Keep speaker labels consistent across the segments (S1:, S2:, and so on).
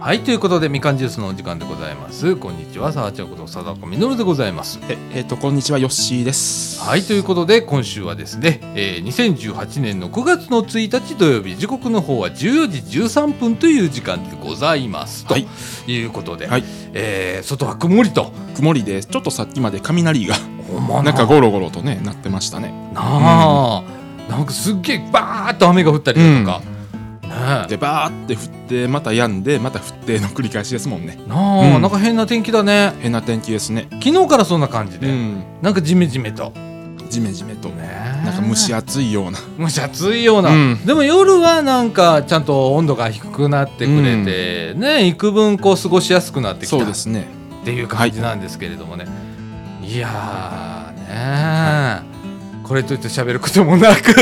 S1: はいということでみかんジュースのお時間でございますこんにちはさあちゃんこと貞子みのるでございます
S2: え、えっ、と、こんにちは、ヨッシーです。
S1: はいということで今週はですね、えー2018年の9月の1日土曜日時刻の方は14時13分という時間でございますと
S2: はい
S1: いうことで、
S2: はい
S1: えー外は曇りと
S2: 曇りで、ちょっとさっきまで雷が、
S1: ほんま
S2: なんかゴロゴロとね、なってましたね。
S1: なあ、なんかすっげえバーッと雨が降ったりだとか、ね
S2: で、バーって降って、また病んで、また降っての繰り返しですもんね。
S1: えなあ、
S2: うん
S1: なんか変な天気だね
S2: 変な天気ですね。
S1: 昨日からそんな感じで、
S2: うん。
S1: なんかジメジメと
S2: ジメジメと、
S1: ね
S2: なんか蒸し
S1: 暑
S2: 暑いような。
S1: 蒸し暑いような、
S2: うん
S1: でも夜はなんかちゃんと温度が低くなってくれて、ね幾分こう過ごしやすくなってき
S2: そう
S1: た
S2: で
S1: っ
S2: すね。
S1: ていう感じなんですけれどもね、い、やーねー、これといって喋ることもな く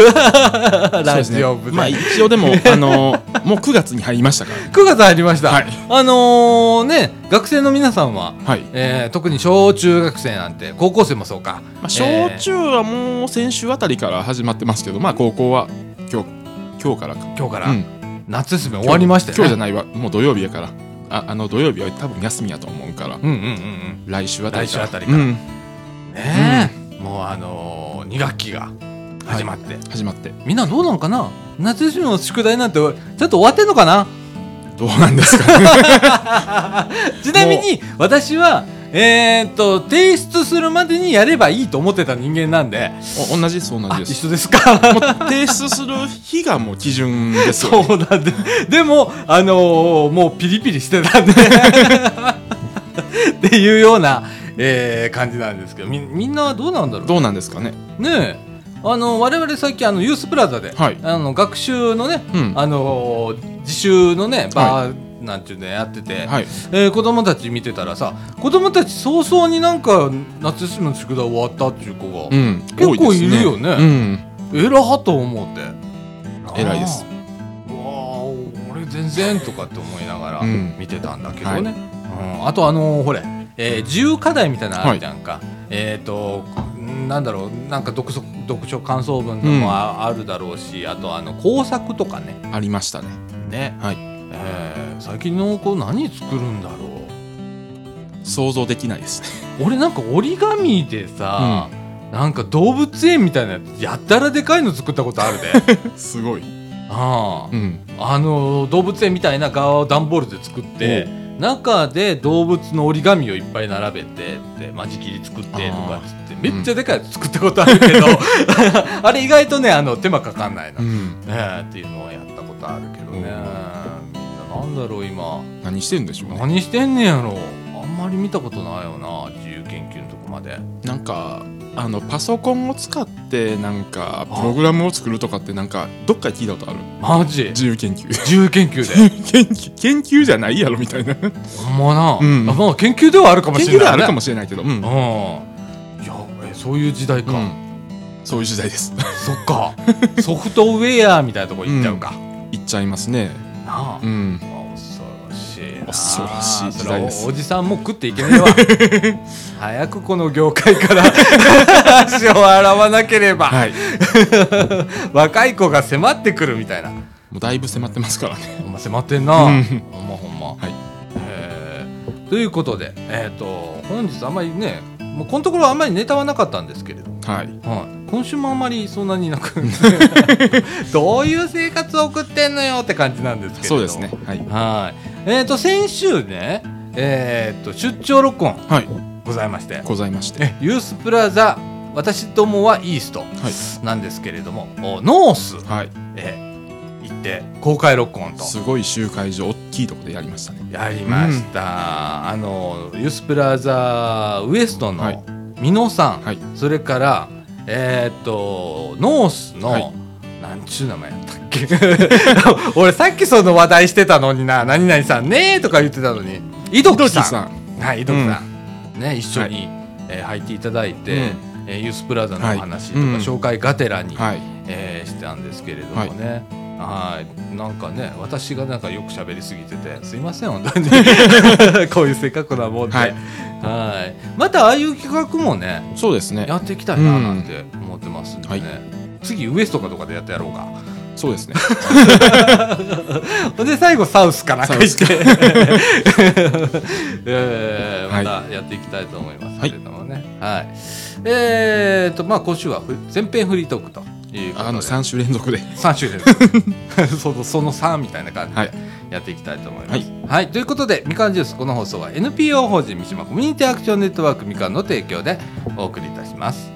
S1: ラジオ
S2: そう
S1: 部で
S2: ですね。まあ、一応 でも、あのーもう9月に入りましたから。
S1: 9月入りました、
S2: はい
S1: あのーね学生の皆さんは、
S2: はい。
S1: えー特に小中学生なんて高校生もそうか、
S2: まあ、小中はもう先週あたりから始まってますけど、まあ、高校は今日、今日からか。
S1: 今日から
S2: うん。
S1: 夏休み終わりましたよ
S2: 今日じゃ
S1: ね
S2: ないわもう土曜日やからああの土曜日は多分休みやと思うから、
S1: うんうんうんうん
S2: 来週あたりから
S1: 来週あたりから
S2: うん
S1: ねえ、もうあのー、2学期が始まって、
S2: 始まって
S1: みんなどうなんかな夏休みの宿題なんてちょっと終わってんのかな
S2: どうなんで すかね
S1: ちなみに私はえーっと提出するまでにやればいいと思ってた人間なんで
S2: お同じです同じ
S1: あ
S2: で
S1: 一
S2: す
S1: 緒ですか
S2: もう提出する日がもう基準ですよ、ね、
S1: そうなんででもあのー、もうピリピリしてたんで っていうような、えー感じなんですけどみみんなはどうなんだろう
S2: どうなんですかね
S1: ねえあの我々最近あのユースプラザで、
S2: はい
S1: あの学習のね、
S2: うん
S1: あのー自習のねバーなんていうのやってて、
S2: はい
S1: えー子供たち見てたらさ子供たち早々になんか夏休みの宿題終わったっていう子
S2: う
S1: が
S2: ん
S1: 結構
S2: 多です
S1: いるよね
S2: うん
S1: 偉はと思って
S2: 偉いです
S1: あーうわー俺全然とかって思いながら
S2: うん
S1: 見てたんだけどね、うんあとあのーほれ、えー自由課題みたいなのあるじゃんか、えっ、となんだろうなんか読書読書感想文とかもああるだろうし、あとあの工作とかね
S2: ありましたね
S1: ね、
S2: はい
S1: えー最近の子何作るんだろ
S2: 想像できな いですね
S1: う俺なんか折り紙でさ、なんか動物園みたいなやつやったらでかいの作ったことある で
S2: すごい
S1: ああ
S2: うん
S1: あの動物園みたいな側を段ボールで作って中で動物の折り紙をいっぱい並べてって間仕切り作ってとかっつってめっちゃでかいやつ作ったことあるけど、 あれ意外とねあの手間かかんないな、
S2: う
S1: ね
S2: ん
S1: えっていうのはやったことあるけどね、
S2: う
S1: み
S2: ん
S1: んななんだろう今
S2: 何してるんでしょうね
S1: 何してんねやろあんまり見たことないよな自由研究のとこまで
S2: なんかあのパソコンを使ってなんかプログラムを作るとかってなんかどっかで聞いたことある
S1: マジ
S2: 自由研究
S1: 自由 研究 で
S2: 研究研究じゃないやろみたいな研
S1: ほんまな、
S2: うん
S1: あまあ研究ではあるかもしれない、ね、
S2: 究ではあるかもしれないけど、うん
S1: うんいやえそういう時代か、
S2: うんそういう時代です
S1: そっか ソフトウェアみたいなとこ行っちゃう か、
S2: いっちゃいますね
S1: なあ、
S2: うん
S1: 恐ろしいな
S2: 恐ろしい時代です
S1: それはおおじさんも食っていけ ないわ早くこの業界から 足を洗わなければ、
S2: はい
S1: 若い子が迫ってくるみたいな
S2: もうだいぶ迫ってますからね
S1: ほんま迫ってんな、
S2: うん
S1: ほんまほんま、
S2: はい
S1: えーということで、えー、と本日あんまりねもうこのところあんまりネタはなかったんですけれど
S2: はい
S1: はい、今週もあんまりそんなにな くどういう生活を送ってんのよって感じなんですけれど
S2: そうですねはい
S1: はいえー、と先週ね、えー、と出張録音
S2: はい
S1: ございまして
S2: ございまして
S1: えユースプラザ私どもはイースト
S2: はい
S1: なんですけれども、おノース、
S2: はい
S1: えー行って公開録音と
S2: すごい集会所大きいとこでやりましたね
S1: やりました、あのユースプラザウエスト
S2: はい
S1: の美濃さん、
S2: はい
S1: それからえーっとノースの、
S2: はい
S1: なんちゅう名前やったっけ 俺さっきその話題してたのにな何々さんねーとか言ってたのに井戸木さん
S2: さん
S1: はい井戸木さん、ね一緒に、えー入っていただいて、
S2: うん
S1: えーユースプラザのお話とか、
S2: はいうん
S1: 紹介がてらに、
S2: はい
S1: えーしてたんですけれどもね、はい、なんかね私がなんかよく喋りすぎててすいません本当に こういうせっかくなもんで、は
S2: はいい
S1: またああいう企画もね
S2: そうですね
S1: やっていきたいななんて思ってますんでね、
S2: はい
S1: 次ウエストかとかでやってやろうか
S2: そうですね。
S1: ほんで最後サウスかなんか言って
S2: サ
S1: えーまたやっていきたいと思いますけれどもねはい、えーとまあ今週はふ前編フリートークということで
S2: あの三週連続で。
S1: 3週 連続そのその3みたいな感じ
S2: は
S1: で
S2: い
S1: やっていきたいと思います。は
S2: はいい、
S1: ということでみかんジュースこの放送は NPO 法人三島コミュニティアクションネットワークみかんの提供でお送りいたします。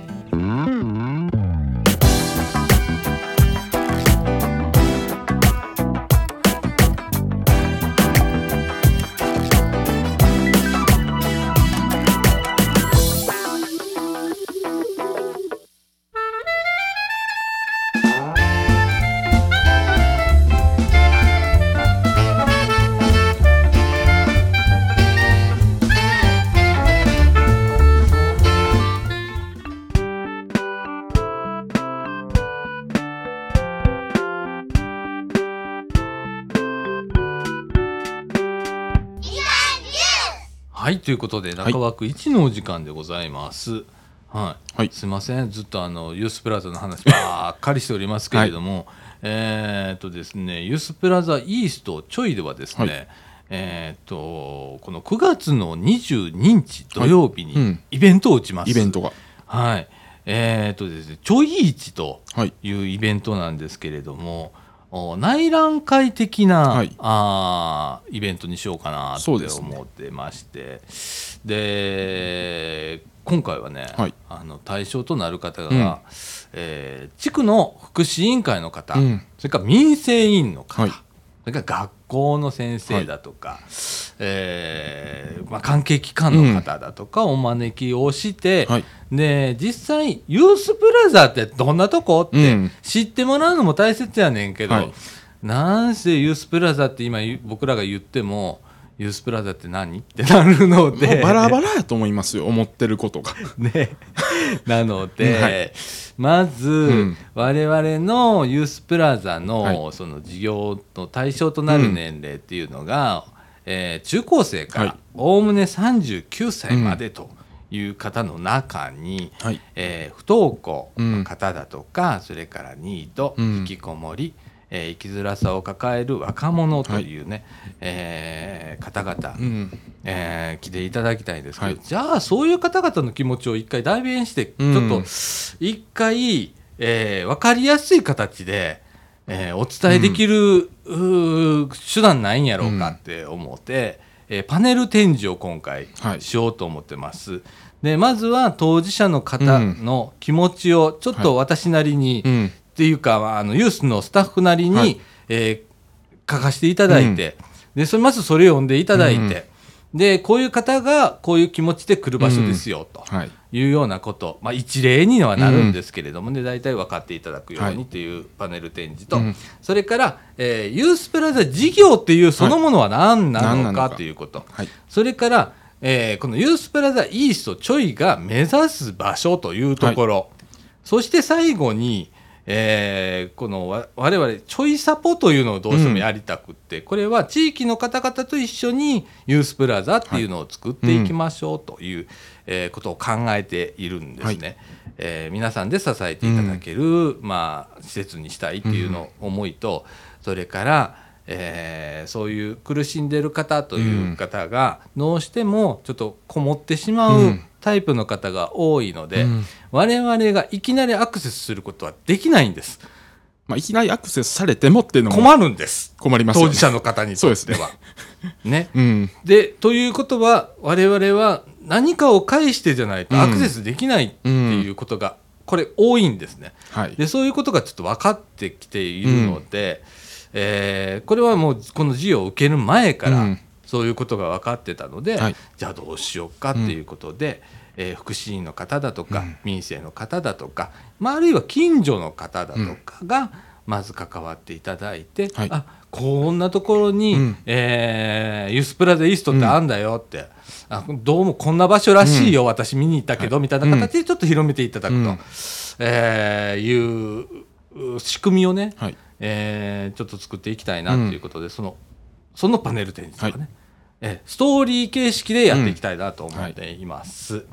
S1: はいということで中枠1のお時間でございます。はい、
S2: はい
S1: すいませんずっとあのユースプラザの話ばっかりしておりますけれども、えーっとですねユースプラザイーストちょいではですね、
S2: はい
S1: えーっとこの9月の22日土曜日
S2: はいう
S1: に
S2: ん
S1: イベントを打ちます。
S2: イベントが。
S1: はい。えっ、とですね、ちょい市と
S2: はい。
S1: いうイベントなんですけれども、お内覧会的な、
S2: はい
S1: あーイベントにしようかなって
S2: そうですね
S1: 思ってまして、で今回はね、
S2: はい
S1: あの対象となる方が、
S2: うん
S1: えー地区の福祉委員会の方、
S2: うん
S1: それから民生委員の方、
S2: はい
S1: それから学校の先生だとか、えーまあ、関係機関の方だとかお招きをして、
S2: はい
S1: で実際ユースプラザってどんなとこっ
S2: う
S1: て
S2: ん
S1: 知ってもらうのも大切やねんけど、
S2: はい
S1: なんせユースプラザって今ゆ僕らが言ってもユースプラザって何ってなるの
S2: も
S1: で
S2: うバラバラやと思いますよ。思ってることが。
S1: ね、なので、
S2: はい
S1: まず、
S2: ん
S1: 我々のユースプラザの,、
S2: はい
S1: その事業の対象となる年齢っていうのが、えー中高生か
S2: はい
S1: らおおむね39歳までという方の中に、
S2: はい
S1: えー不登校の方だとか、それからニート、
S2: うん
S1: 引きこもり、えー生きづらさを抱える若者というね、えー方々
S2: うん。
S1: えー来ていただきたいんですけど、
S2: はい
S1: じゃあそういう方々の気持ちを一回代弁して、
S2: うん
S1: ちょっと一回、えー、分かりやすい形で、えーお伝えできる、うー手段ないんやろうかって思って、えーパネル展示を今回
S2: はい
S1: しようと思ってます。でまずは当事者の方の気持ちをちょっと私なりに、
S2: うん。
S1: っていうか、まああのユースのスタッフなりに、
S2: はい
S1: えー書かせていただいて、でそれまずそれを読んでいただいて、でこういう方がこういう気持ちで来る場所ですよ、と
S2: はい。
S1: いうようなこと、まあ、一例にはなるんですけれどもね、大体分かっていただくよう
S2: は
S1: に
S2: い
S1: というパネル展示と、
S2: うん
S1: それから、えーユースプラザ事業っていうそのものは何な
S2: はい
S1: の
S2: 何な
S1: か
S2: のか
S1: ということ。
S2: はい。
S1: それから、えーこのユースプラザイーストちょいが目指す場所というところ、そして最後に、えーこのわ我々ちょいサポというのをどうしてもやりたくって、これは地域の方々と一緒にユースプラザっていうのを作っていきましょうという、えーことを考えているんですね。えー皆さんで支えていただける、まあ、施設にしたいっていうの思いと、それから、えーそういう苦しんでる方という方が、どうしてもちょっとこもってしま
S2: う
S1: うんタイプの方が多いので、
S2: うん
S1: 我々がいきなりアクセスすることはできないんです
S2: まあいきなりアクセスされてもっていうのも
S1: 困るんです
S2: 困りますよ
S1: 当
S2: ね
S1: 事。者の方にとっては。ね、
S2: うん。
S1: でということは我々は何かを介してじゃないとアクセスできないっていうことが、これ多いんですね。
S2: はい。
S1: でそういうことがちょっと分かってきているので、えーこれはもうこの授業を受ける前から、
S2: うん
S1: そういうことが分かってたので、
S2: はい
S1: じゃあどうしようかっていうことで、えー福祉員の方だとか、民生の方だとか、まあ、あるいは近所の方だとかが、まず関わっていただいて、
S2: はい
S1: あこんなところに、
S2: うん
S1: えーユースプラザイーストってあんだよって、あどうもこんな場所らしいよ、私見に行ったけど、みたいな形でちょっと広めていただくと、
S2: うん
S1: えーいうう仕組みをね、
S2: はい。
S1: えーちょっと作っていきたいなということで、そのそのパネル展示とかね、
S2: はい
S1: えーストーリー形式でやっていきたいなと思っています。はい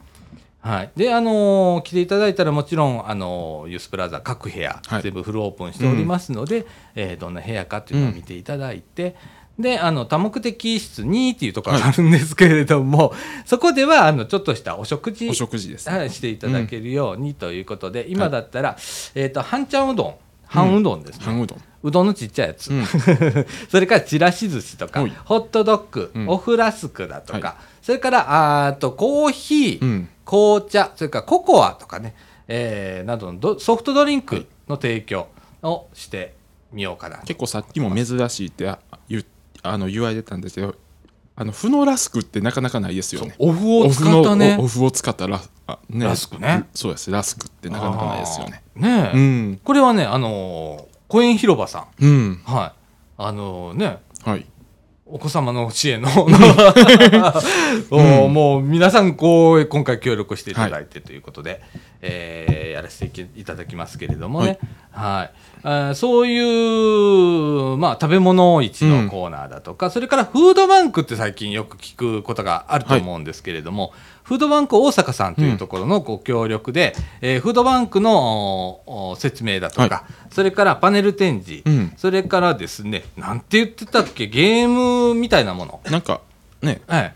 S1: はい、で、あのー来ていただいたらもちろん、あのーユースプラザ各部屋、
S2: はい
S1: 全部フルオープンしておりますので、えーどんな部屋かというのを見ていただいて、であの多目的室2っていうところがあるんですけれども、そこではあのちょっとしたお食事
S2: お食事です、
S1: はい、していただけるようにということで、今だったら、えっ、と、半ちゃんうどん、半うどんですね。
S2: 半うどん
S1: うどんのちっちゃいやつ、
S2: うん
S1: それからちらし寿司とか
S2: はい
S1: ホットドッグ、
S2: うん
S1: おフラスクだとか、
S2: は
S1: それからあーとコーヒー、
S2: うん
S1: 紅茶それからココアとかね、えーなどのドソフトドリンクの提供をしてみようかな、
S2: 結構さっきも珍しいってあ言あの言われてたんですけどあの負のラスクってなかなかないですよね
S1: オフを使った
S2: オフのお
S1: ね
S2: オフを使ったラ,あ、ね、
S1: ラスクね
S2: そうですラスクってなかなかないですよね
S1: あーねえ、
S2: うん
S1: これはねあのー公園広場さ
S2: うん
S1: んはいあのーね
S2: はい
S1: お子様の支援の、 おもう皆さんこう今回協力していただいてということで、えーやらせていただきますけれどもね、はいあーそういう、まあ、食べ物市のコーナーだとか、それからフードバンクって最近よく聞くことがあると思うんですけれども、フードバンク大阪さんというところのご協力で、えーフードバンクのおお説明だとか、
S2: は
S1: それからパネル展示、
S2: うん
S1: それからですね、なんて言ってたっけ、ゲームみたいなもの。
S2: なんかね
S1: はい。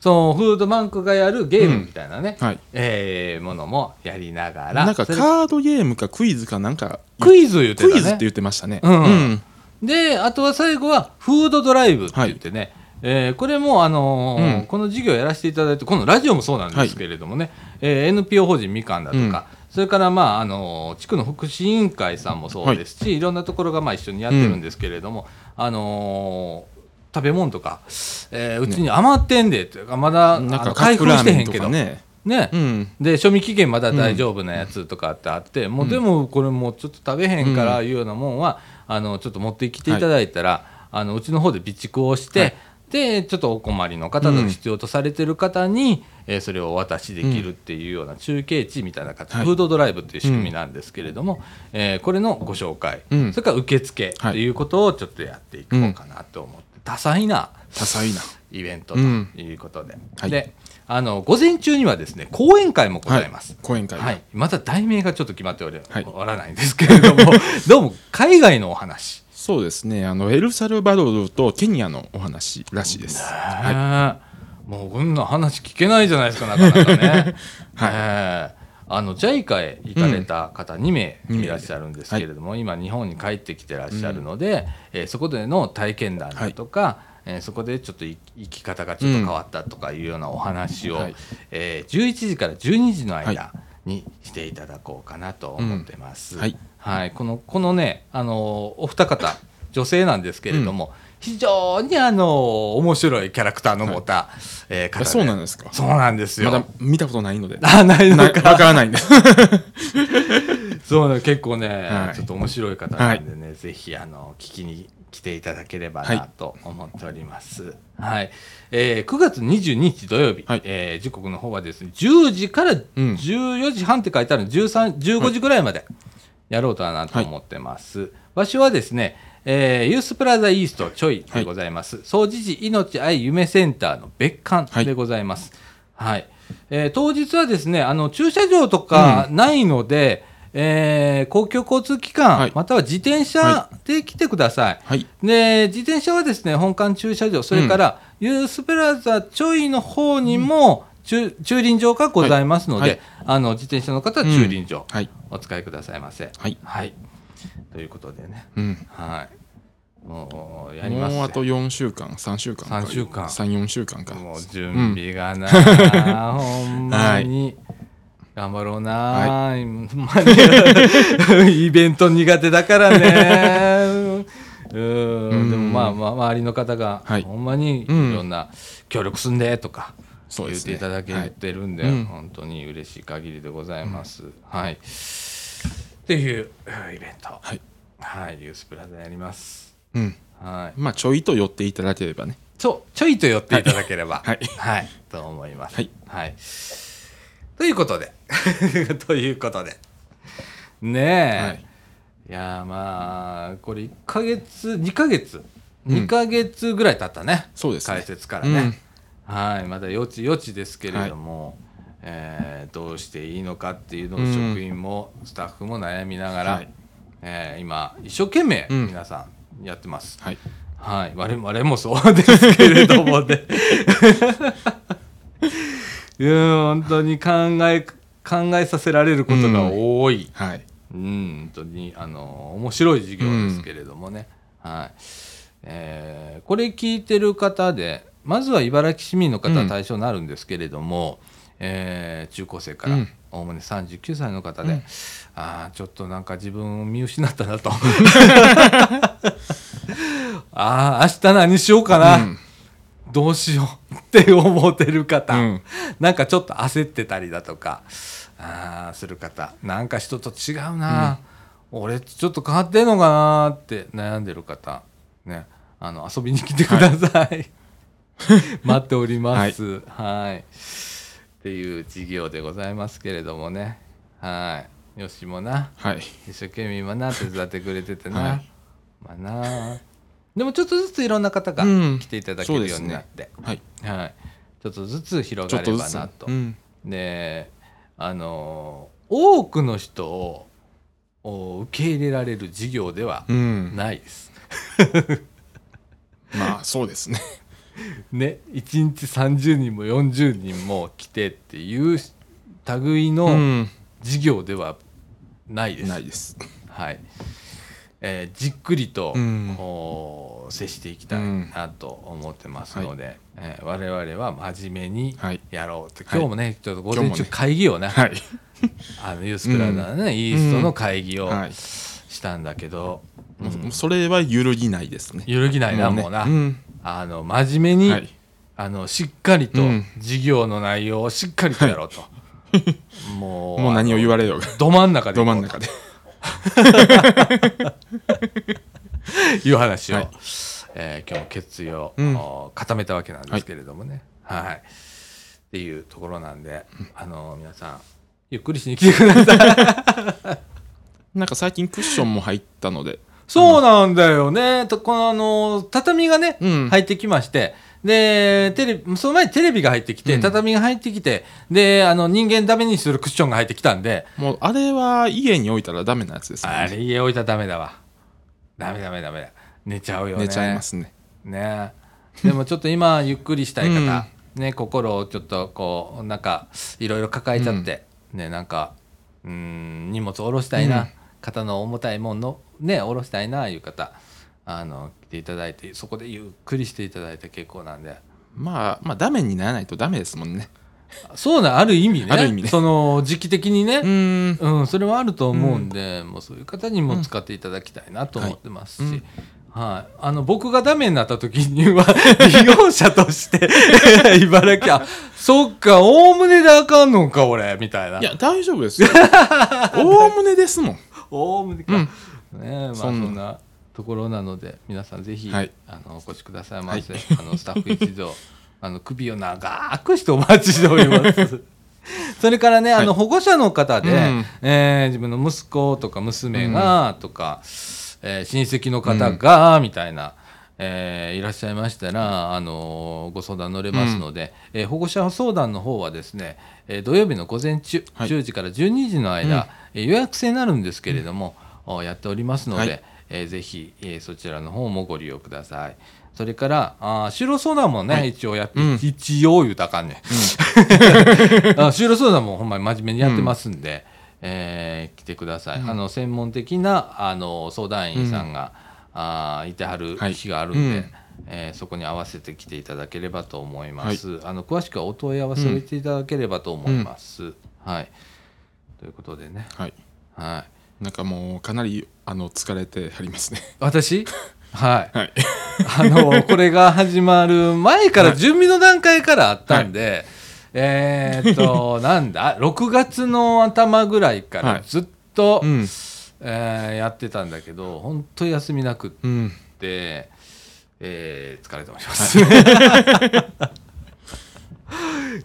S1: そう、フードバンクがやるゲームみたいなね、
S2: うんはい
S1: えーものもやりながら、
S2: なんか
S1: それ
S2: カードゲームかクイズかなんか
S1: クイズ言ってた
S2: ク
S1: ね。
S2: イズって言ってましたね
S1: うんで、あとは最後は、フードドライブって言ってね、えーこれも、あのー
S2: うん
S1: この授業やらせていただいて、このラジオもそうなんですけれどもね、えー NPO 法人みかんだとか、
S2: うん
S1: それから、まああのー地区の福祉委員会さんもそうですし、い、ろんなところがまあ一緒にやってるんですけれども、あのー食べ物とか、えーうちに余ってんでというか、まだ、
S2: なん
S1: あの
S2: かカ
S1: 開
S2: ップ
S1: 封
S2: ラ
S1: し
S2: ー
S1: てへ
S2: メン
S1: ん
S2: と
S1: け
S2: か
S1: ど、
S2: ね
S1: ね
S2: うん
S1: で賞味期限まだ大丈夫なやつとかってあって、もうでもこれもうちょっと食べへんからいうようなもんは、あのちょっと持ってきていただいたら、あのうちの方で備蓄をして、
S2: はい
S1: でちょっとお困りの方
S2: う
S1: と
S2: ん
S1: 必要とされてる方に、えーそれをお渡しできるっていうような中継地みたいな形、
S2: はい
S1: フードドライブっていう仕組みなんですけれども、えーこれのご紹介、
S2: うん
S1: それから受付っていうことをちょっとやっていこうかなと思って、多彩な
S2: 多彩な
S1: イベントということで、
S2: はい
S1: であの午前中にはですね講演会もございます、
S2: 講演会が
S1: はい、まだ題名がちょっと決まっており、
S2: はい
S1: おらないんですけれど も、どうも海外のお話、
S2: そうですねあのエルサルバドルとケニアのお話らしいですはい
S1: もうこんな話聞けないじゃないですか、なかなかね。
S2: はい
S1: ええあの JICA へ行かれた方2名
S2: うん
S1: いらっしゃるんですけれども、今、日本に帰ってきてらっしゃるので、えーそこでの体験談だとか、えーそこでちょっとい生き方がちょっと変わったとかいうようなお話を、
S2: はい
S1: えー11時から12時の間
S2: は
S1: にしていただこうかなと思ってます。
S2: うんはい
S1: はい、このこのね、あのーお二方女性なんですけれども、非常にあのー面白いキャラクターの持た、えー方
S2: あ
S1: で
S2: そうなんですか
S1: そうなんですよ。
S2: まだ見たことな いので
S1: あない
S2: な
S1: の
S2: わ
S1: か
S2: からないんです
S1: そうね結構ね、
S2: はい
S1: ちょっと面白い方なんでね、ぜひあの聞きに来ていただければ
S2: は
S1: ないと思っております。はい、えー9月22日土曜日、
S2: はい
S1: えー時刻の方はですね10時から14時半って書いてあるの13 15時ぐらいまでやろうとはなと思ってます。場所はですね、えーユースプラザイーストちょいでございます。総知事命愛夢センターの別館でございます。はい、えー当日はですねあの駐車場とかないので、えー公共交通機関、
S2: はい
S1: または自転車
S2: は
S1: で来てください。
S2: はい
S1: で自転車はですね本館駐車場、それからユースプラザちょいの方にも駐駐輪場がございますので、
S2: はいはい
S1: あの自転車の方は駐輪場、
S2: はい
S1: お使いくださいませ。
S2: はい
S1: ということでね、
S2: うん
S1: はい、もうやります
S2: もう
S1: よ
S2: あと4週間3週間
S1: 三週間
S2: 34週間か
S1: もう準備がなあ、ほんまに。頑張ろうなあ、ほんまにイベント苦手だから ね。うん
S2: うん
S1: でもまあ、まあ、周りの方が、
S2: はい
S1: ほんまにい
S2: うん
S1: ろんな協力すんでとか
S2: そう
S1: 言
S2: で
S1: っ
S2: す
S1: て
S2: ね
S1: いただけ
S2: はい
S1: てるんで、
S2: うん
S1: 本当に嬉しい限りでございます。はい、っていううんイベント、はいユースプラザやります。
S2: うん
S1: はい
S2: まあちょいと寄っていただければね
S1: そう、ちょいと寄っていただければ、は
S2: はいい、
S1: と思います。は
S2: はいい、
S1: ということで、 ということで、ねえ、
S2: はいい、
S1: やーまあこれ一ヶ月、二ヶ月、二ヶ月ぐらい経ったね、
S2: そうですね
S1: 解説からね、はい、まだよちよちですけれども、えーどうしていいのかっていうのを
S2: うん
S1: 職員もスタッフも悩みながら、
S2: はい
S1: えー今一生懸命
S2: うん
S1: 皆さんやってます、
S2: はい
S1: はい我々我々もそうですけれどもね いや本当に考え考えさせられることが多い、
S2: はい
S1: うん、本当にあの面白い授業ですけれどもね、はいえーこれ聞いてる方でまずは茨城市民の方
S2: うん
S1: 対象になるんですけれども、えー中高生から
S2: うん
S1: おおむね39歳の方で、
S2: うん
S1: ああちょっとなんか自分を見失ったな とああ明日何しようかな、
S2: うん
S1: どうしようって思ってる方、
S2: うん
S1: なんかちょっと焦ってたりだとかあーする方なんか人と違うな、俺ちょっと変わってんのかなって悩んでる方ねあの遊びに来てください、 待っておりますはいっていう事業でございますけれどもねはいよしもな
S2: はい
S1: 一生懸命今な手伝ってくれててな、
S2: はい
S1: まあなあでもちょっとずついろんな方が
S2: うん
S1: 来ていただけ
S2: そう
S1: る
S2: で
S1: よう
S2: すね
S1: になって、
S2: はい
S1: はい、ちょっとずつ広
S2: ちょ
S1: が
S2: っ
S1: れ
S2: と
S1: ば
S2: ずつ
S1: なと。
S2: うん
S1: であの多くの人をお受け入れられる事業では
S2: うん
S1: ないです。
S2: まあそうですね
S1: ね1日30人も40人も来てっていう類
S2: う
S1: の
S2: ん
S1: 事業ではないです。
S2: ないです
S1: はいえーじっくりと、
S2: うん
S1: お接していきたいなと思ってますので、えー我々は真面目に
S2: はい
S1: やろうって、
S2: はい
S1: 今日もねちょっと午前
S2: 今日
S1: 中
S2: もね
S1: 会議をね、
S2: はい
S1: あのユースプランナーのね、イーストの会議を
S2: はい
S1: したんだけど、う
S2: もうんもうそれは揺るぎないですね
S1: 揺るぎないな、もうな、
S2: ん
S1: あの真面目に、
S2: はい
S1: あのしっかりと
S2: うん
S1: 事業の内容をしっかりとやろうと、もう
S2: もう何を言
S1: わ
S2: われよ うが
S1: ど真ん中で
S2: ど
S1: 行
S2: 真
S1: こう
S2: ん
S1: と
S2: 中で
S1: いう話を、
S2: はい
S1: えー今日決意を、
S2: うん
S1: お固めたわけなんですけれどもね。はい、っていうところなんで、あの皆さんゆっくりしに来てください。
S2: なんか最近クッションも入ったので
S1: そうなんだよね。とこのあの畳がね、
S2: うん
S1: 入ってきまして。で、テレビ、その前にテレビが入ってきて、
S2: うん
S1: 畳が入ってきて、で、あの、人間ダメにするクッションが入ってきたんで、
S2: もうあれは家に置いたらダメなやつですね
S1: あれ家置いたらダメだわ。ダメダメダメだ。寝ちゃうよね。
S2: 寝ちゃいますね
S1: ねでもちょっと今ゆっくりしたい方、ね心をちょっとこうなんかいろいろ抱えちゃって、ねなんかうーん荷物下ろしたいな、
S2: うん
S1: 肩の重たいもんのね下ろしたいないう方あの来ていただいてそこでゆっくりしていただいて結構なんで
S2: まあまあダメにならないとダメですもんね
S1: そうなんある意味ね
S2: ある意味ね
S1: その時期的に
S2: う
S1: ね、
S2: ん
S1: うんそれはあると思うんで、もうそういう方にも使っていただきたいなと思ってますし。
S2: うん
S1: は
S2: はいい
S1: あの僕がダメになった時には 利用者として 茨城あそっかおおむねであかんのか俺みたいない
S2: や大丈夫 ですよおおむねですもん
S1: おおむねか、
S2: うん
S1: ねえまあそ
S2: そ
S1: ん
S2: んな
S1: なところなので皆さんぜひ、
S2: はい
S1: あのお越しくださいませ、あのスタッフ一同 あの首を長くしてお待ちしておりますそれからね、あの
S2: は
S1: 保護者の方で、
S2: うん
S1: えー自分の息子とか娘が、とか、えー親戚の方が、みたいな、えーいらっしゃいましたら、あのーご相談乗れますので、えー保護者相談の方はですね、えー土曜日の午前中、
S2: はい
S1: 10時から12時の間、えー予約制になるんですけれども、おやっておりますので、
S2: はい
S1: えーぜひ、えーそちらの方もご利用ください。それから、あー就労相談もね、
S2: はい
S1: 一応やって、
S2: うん
S1: 一応言うたらあかんねん。あ就労相談もほんまに真面目にやってますんで、えー来てください、あの専門的なあの相談員さんが、あーいてはる
S2: はい
S1: 日があるんで、
S2: うん
S1: えーそこに合わせて来ていただければと思います、あの詳しくはお問い合わせをしていただければと思います、はいということでね
S2: はい
S1: はい
S2: なんかもうかなりあの疲れてはりますね
S1: 私はい
S2: はい
S1: あのこれが始まる前から準備の段階からあったんで、えーっ となんだ6月の頭ぐらいか
S2: は
S1: ら
S2: い
S1: ずっと、
S2: うん
S1: えーやってたんだけど本当休みなくっ
S2: うん
S1: て、えー疲れております、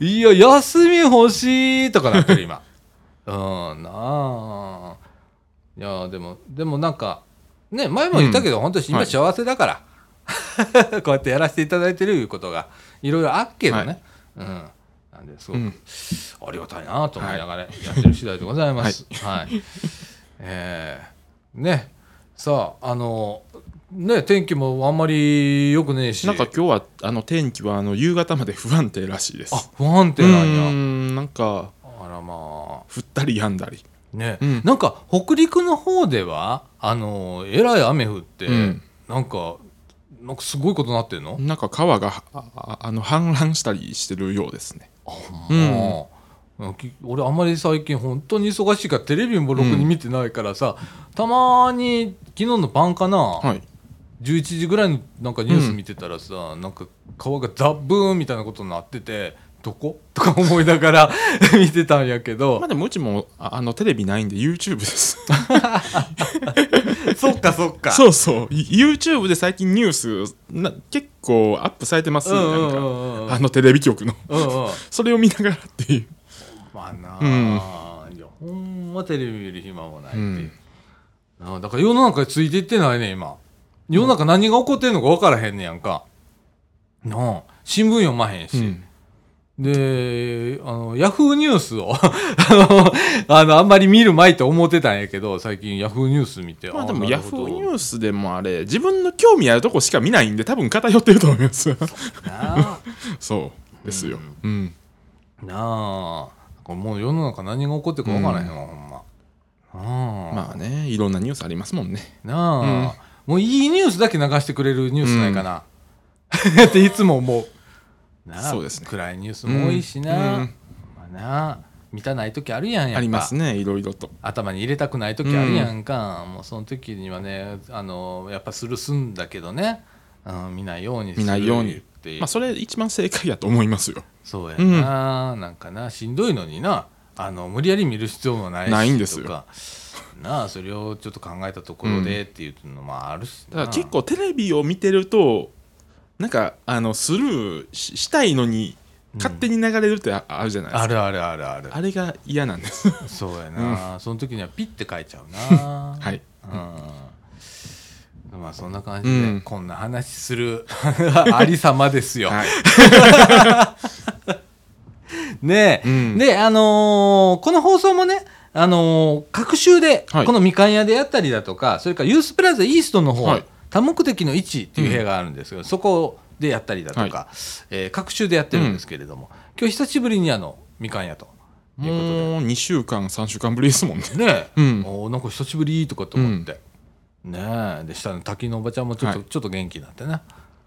S1: い、や休み欲しいとかなってる今うんなあいやでもでもなんかね前も言ったけど、本当に今
S2: はい
S1: 幸せだから、 こうやってやらせていただいてるいうことがいろいろあっけどね、うんなんです
S2: う
S1: ごく
S2: ん、
S1: ありがたいなと思いながらやってる次第でございます。はい、えーねさああのね天気もあんまり良くねえし
S2: なんか今日はあの天気はあの夕方まで不安定らしいです
S1: あ不安定
S2: うー
S1: なんや
S2: んなんか
S1: あらま
S2: 降ったりやんだり、
S1: あね、
S2: うん
S1: なんか北陸の方ではあのえらい雨降って、
S2: うん
S1: なんかなんかすごいことなってんの、
S2: なんか川があああの氾濫したりしてるようですね
S1: うんき俺あんまり最近本当に忙しいからテレビもろくに見てないからさ、たまに昨日の晩かな、
S2: はい
S1: 11時ぐらいのなんかニュース見てたらさ、なんか川がザブーンみたいなことになっててどこと か思いながら 見てたんやけど
S2: まあでもうちもああのテレビないんで YouTube です
S1: そっかそっか
S2: そうそう YouTube で最近ニュースな結構アップされてます
S1: う
S2: ね
S1: んう
S2: なんん
S1: うん
S2: か
S1: うん
S2: あのテレビ局の
S1: うんうん
S2: それを見ながらっていう
S1: まあなあ、いやほんまテレビ見る暇もないっていう、あだから世の中についていってないね今世の中何が起こってんのか分からへんねやんかなあ新聞読まへんし、
S2: うん
S1: で、あの、ヤフーニュースを あの、あの、あんまり見るまいと思ってたんやけど、最近ヤフーニュース見て、
S2: まあで
S1: な
S2: もヤ
S1: る
S2: フ
S1: ほど
S2: ーニュースでもあれ自分の興味あるとこしか見ないんで多分偏ってると思います
S1: なあ
S2: そうですよ、うん、
S1: なあ、もう世の中何が起こってるか分からへんわ、ほんま。なあ、
S2: まあねいろんなニュースありますもんね
S1: なあ、もういいニュースだけ流してくれるニュースないかな、 っていつも思う。なあ、
S2: そうですね
S1: 暗いニュースも多いしな、
S2: うんうん
S1: まあなあ、満たない時あるやんやっぱ
S2: ありますねいろいろと
S1: 頭に入れたくない時あるやんか、もうその時にはねあのやっぱするすんだけどね、うん、見ないようにする
S2: 見ないように
S1: っていう、
S2: まあそれ一番正解やと思いますよ
S1: そうやな、なんかなしんどいのになあの無理やり見る必要もないし
S2: ないんですよ
S1: とかなあそれをちょっと考えたところでっていうのもあるし
S2: だか
S1: な
S2: ら結構テレビを見てるとなんかあのスルーししたいのに勝手に流れるってああるじゃないです
S1: あ
S2: か、
S1: るあるあるある
S2: あれが嫌なんです
S1: そうやな、その時にはピッて書いちゃうな
S2: はい
S1: うんまあそんな感じで、
S2: うん
S1: こんな話する ありさまですよ、
S2: はい
S1: ねえ、
S2: うん
S1: で、あのーこの放送もね、あのー各週で、
S2: はい
S1: このみかん屋であったりだとか、それからユースプラザイーストの方、
S2: はい
S1: 多目的の位置っていう部屋があるんですけど、そこでやったりだとか、えー各週でやってるんですけれども、今日久しぶりにあの、みかん屋ということで。
S2: もう2週間3週間ぶりですもんね
S1: ねえ、
S2: うん
S1: おーなんか久しぶりとかと思って、ねえで下の滝のおばちゃんもちょっと、
S2: はい
S1: ちょっと元気になってね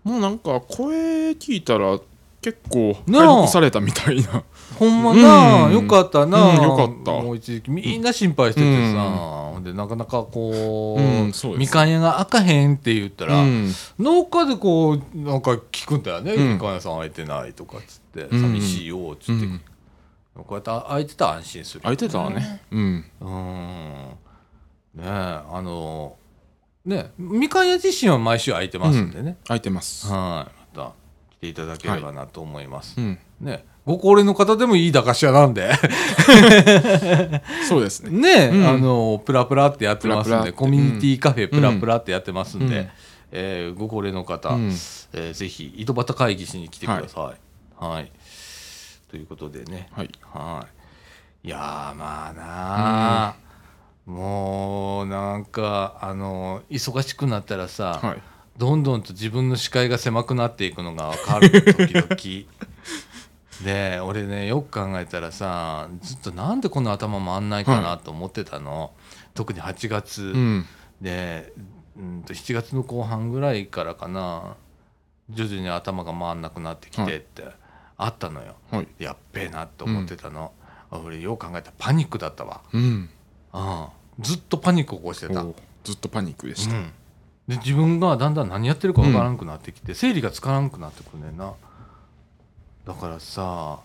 S2: もうなんか声聞いたら結構
S1: なあ
S2: 回復されたみたいな
S1: ほんまな、
S2: うん
S1: よかったな、
S2: うんよかった
S1: もう一時期みんな心配しててさ、
S2: うん
S1: ほんでなかなかこう,、
S2: うんそうです
S1: みかん屋が開かへんって言ったら、
S2: うん
S1: 農家でこうなんか聞くんだよね、
S2: うん
S1: みかん屋さん開いてないとかっつって、
S2: ん
S1: 寂しいよっつって、
S2: うん
S1: こうやって開いてたら安心する
S2: 空いてたわねうん
S1: うんねえあのねみかん屋自身は毎週開いてますんでね、
S2: 空いてます
S1: はいまた来ていただければなと思います、
S2: うん
S1: ね、ご高齢の方でもいい駄菓子屋なんで
S2: そうですね
S1: ね、
S2: うん
S1: あのプラプラってやってますんで
S2: プラプラって
S1: コミュニティカフェプラプラってやってますんで、
S2: うん
S1: えーご高齢の方、
S2: うん
S1: えーぜひ井戸端会議しに来てください。はい、ということでね、
S2: はい
S1: はい、いやーまあなあ、もうなんかあの忙しくなったらさ、
S2: はい
S1: どんどんと自分の視界が狭くなっていくのが分か る時々で俺ねよく考えたらさずっとなんでこの頭回んないかなと思ってたの、特に8月、
S2: うん
S1: で、うん、と7月の後半ぐらいからかな徐々に頭が回んなくなってきてって、あったのよ
S2: はい
S1: やっべえなと思ってたの、俺よく考えたらパニックだったわ、
S2: うん
S1: うん、ずっとパニック起こしてた
S2: おずっとパニックでした
S1: うんで自分がだんだん何やってるかわからんくなってきて、整理がつかなくなってくるねんなだからさ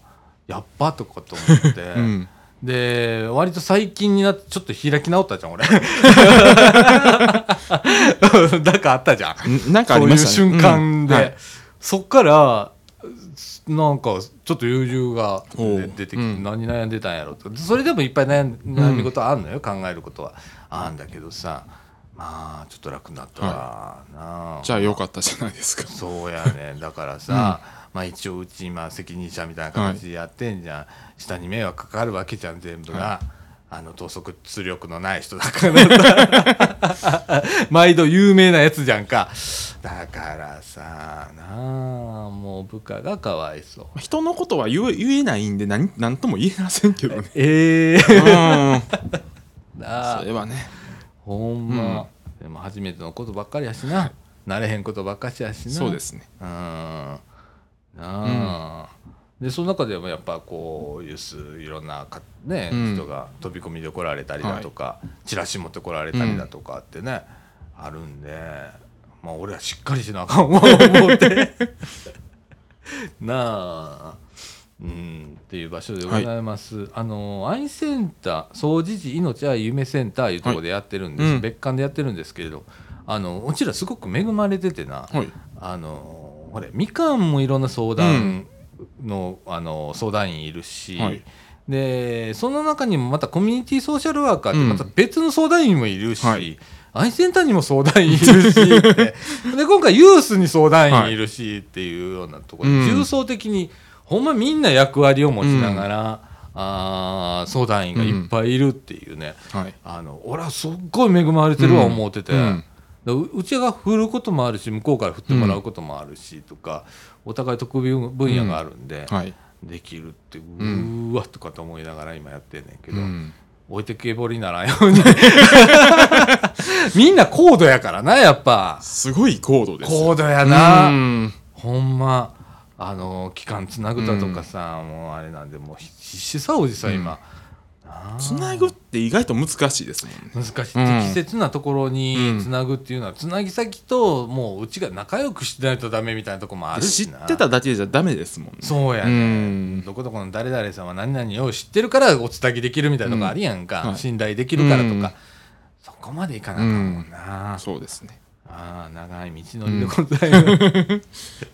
S1: やっぱとかと思 って、
S2: うん
S1: で割と最近になってちょっと開き直ったじゃん俺 なんかあったじゃん
S2: んなんかありましたね
S1: そういう瞬間で、
S2: うんはい
S1: そっからなんかちょっと優柔が
S2: おう
S1: 出てきて、
S2: うん
S1: 何悩んでたんやろとそれでもいっぱい悩ん悩み事あんのよ、考えることはあんだけどさまああちょっと楽になったわなあ
S2: じゃあよかったじゃないですか
S1: そうやねだからさ、まあ一応うち今責任者みたいな形でやってんじゃん、下に迷惑かかるわけじゃん全部が、あの等速出力のない人だからさ毎度有名なやつじゃんかだからさなあもう部下がかわいそう
S2: 人のことは言え言えないんで何何とも言えませんけどね
S1: ええ
S2: うん そ
S1: なあ
S2: れはね
S1: ほんま、でも初めてのことばっかりやしな慣れへんことばっかしやしな
S2: そうですね
S1: うんなあ、でその中でもやっぱこうユースいろんなか、ね
S2: うん
S1: 人が飛び込みで来られたりだとか、チラシ持って来られたりだとかってね、あるんでまあ俺はしっかりしなあかんわ思って なあうんっていう場所でございます、あの愛センター総除時命愛夢センターいうところでやってるんです、
S2: はいうん
S1: 別館でやってるんですけれどあのうちらすごく恵まれててな、
S2: はい
S1: あのほれみかんもいろんな相談の,、あの相談員いるし、
S2: はい
S1: でその中にもまたコミュニティソーシャルワーカーっ
S2: うん
S1: てまた別の相談員もいるし、
S2: はい
S1: アイセンターにも相談員いるし ってで今回ユースに相談員いるしっていうようなところで、
S2: うん
S1: 重層的にほんまみんな役割を持ちながら、あー相談員がいっぱいいるっていうね、
S2: はい
S1: あの俺はすっごい恵まれてるわ思ってて、
S2: うん
S1: だううちが振ることもあるし向こうから振ってもらうこともあるしとか、お互い得意分野があるんで、
S2: はい
S1: できるってうー
S2: ん
S1: わとかと思いながら今やってんねんけ
S2: う
S1: ど、
S2: ん
S1: 置いてけぼりならんようにみんな高度やからなやっぱ
S2: すごい高度です
S1: 高度や
S2: 度
S1: な、
S2: うん
S1: ほんまあの期間つなぐだとかさ、もうあれなんでもう必死さおじさん今、なあ
S2: つなぐって意外と難しいですもんね
S1: 難しい
S2: うん
S1: 適切なところ
S2: う
S1: に
S2: ん
S1: つなぐっていうのはつなぎ先ともううちが仲良くしないとダメみたいなとこもある
S2: 知
S1: しな
S2: ってただけじゃダメですもんね
S1: そうや
S2: う
S1: ね、
S2: ん
S1: どこどこの誰々さんは何々を知ってるからお伝えできるみたいなとこあるやんか、
S2: うんはい
S1: 信頼できるからとか、
S2: うん
S1: そこまでいかなあかんもんな、
S2: そうですね
S1: ああ長い道のりでございます、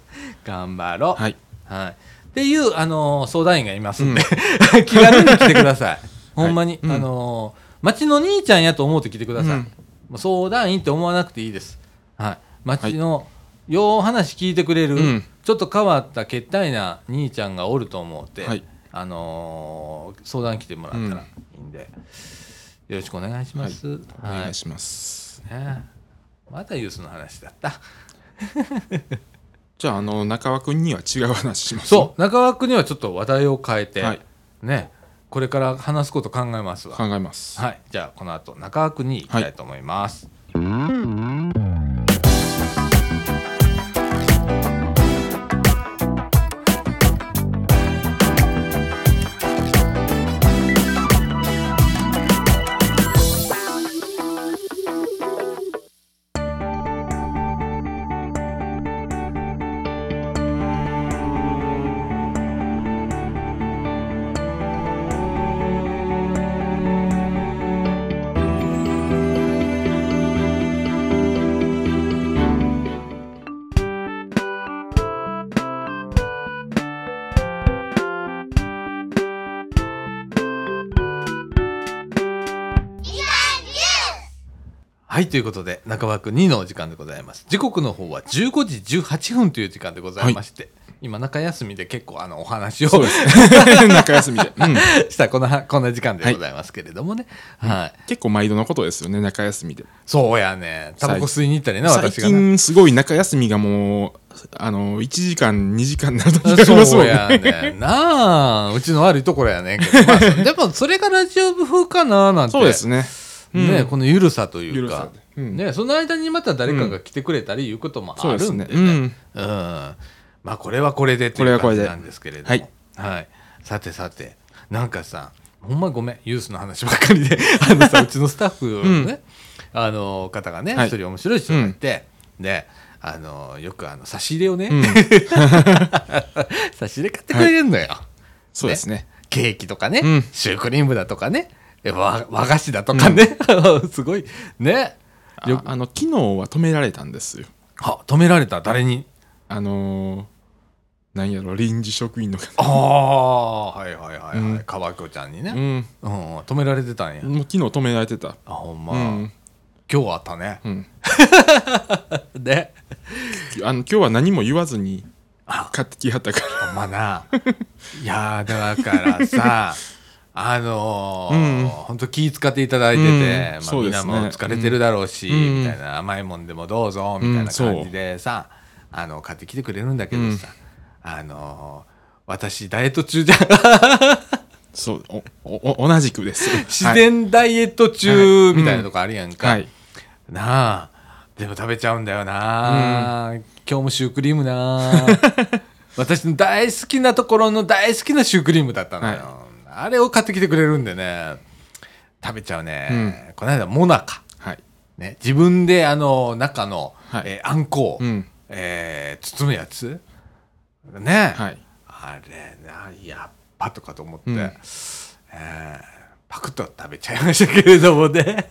S1: 頑張ろう、
S2: はい
S1: はい、っていう、あのー相談員がいますんで、 気軽に来てくだ さい。ほんまに、
S2: うん
S1: あのー町の兄ちゃんやと思って来てください。
S2: うん
S1: もう相談員って思わなくていいです。はい、町の、よう話聞いてくれる、
S2: うん
S1: ちょっと変わったけったいな兄ちゃんがおると思って、
S2: はい
S1: あのー相談来てもらったらいいんで、よろしくお願いします。はい
S2: お願いします
S1: ねまたユースの話だった。
S2: じゃああの中和君には違う話します
S1: そう中川君にはちょっと話題を変えて、
S2: はい
S1: ねこれから話すこと考えますわ
S2: 考えます
S1: はいじゃあこの後中川君に行きたいと思います、はい、ということで、中枠2のお時間でございます。時刻の方は15時18分という時間でございまして、今、中休みで結構あのお話を
S2: そうですね 中休みで、うん、
S1: したこのはこんな時間でございますけれどもね、はい
S2: 結構毎度のことですよね中休みで
S1: そうやね、タバコ吸いに行ったりな、
S2: 最
S1: 私がね。
S2: 近すごい中休みがもうあの1時間2時間になる時があります
S1: そ
S2: も
S1: うんや
S2: ね
S1: ねなあうちの悪いところやねんけど、まあ、でもそれがラジオ部風かななんて
S2: そうですねうん
S1: ね、このゆるさとい
S2: ゆ
S1: う
S2: るさ
S1: か、
S2: でうん
S1: ね、その間にまた誰かが来てくれたりいうことも
S2: そ
S1: あ
S2: うで
S1: る
S2: す
S1: んで
S2: ね
S1: ね、
S2: うん
S1: うんまあこれはこれでって
S2: これ
S1: いう
S2: はこ
S1: 感
S2: れ
S1: じ
S2: で
S1: なんですけれども
S2: はい
S1: はいさてさてなんかさほんまごめんユースの話ばっかりで あの さうちのスタッフのね、あの方がね一、
S2: はい
S1: 人面白い人がいて、であのよくあの差し入れをね、
S2: ん
S1: 差し入れ買ってくれるのよ、
S2: そうですね
S1: ケーキとかね、
S2: うん
S1: シュークリームだとかね和和菓子だとかね、 すごいね
S2: あ
S1: よ
S2: あの昨日は止められたんですよ
S1: あ止められた誰に
S2: あのー、なんやろ臨時職員の方
S1: ああはいはいはいはい、
S2: うん
S1: 川子ちゃんに
S2: う
S1: ね、
S2: ん
S1: うん止められてたんや、
S2: もう昨日止められてた
S1: あほんま、
S2: うん
S1: 今日はあったね。
S2: うん、
S1: で、
S2: あの今日は何も言わずに
S1: あ、
S2: 買ってきはったから
S1: まあな。 いやー、だからさ、あのー
S2: うん
S1: 本当気使っていただいてて、
S2: うん
S1: まあ、
S2: そう
S1: みん
S2: で
S1: な
S2: すね
S1: も疲れてるだろうし、
S2: うん
S1: みたいな甘いもんでもどうぞ、みたいな感じでさ、あの、買ってきてくれるんだけどさ、あのー私、ダイエット中じゃん。
S2: そうおおお同じくです
S1: 自然ダイエット中、みたいなとこあるやんか。
S2: はい、はい
S1: なあでも食べちゃうんだよな、今日もシュークリームな 私の大好きなところの大好きなシュークリームだったのよ、
S2: は
S1: あれを買ってきてくれるんでね食べちゃうね、この間モナカ、
S2: はい
S1: ね、自分であの中の、
S2: はい
S1: えーあんこを、
S2: うん
S1: えー包むやつね、
S2: はい、
S1: あれなやっぱとかと思って、
S2: うん
S1: えーパクッと食べちゃいましたけれどもね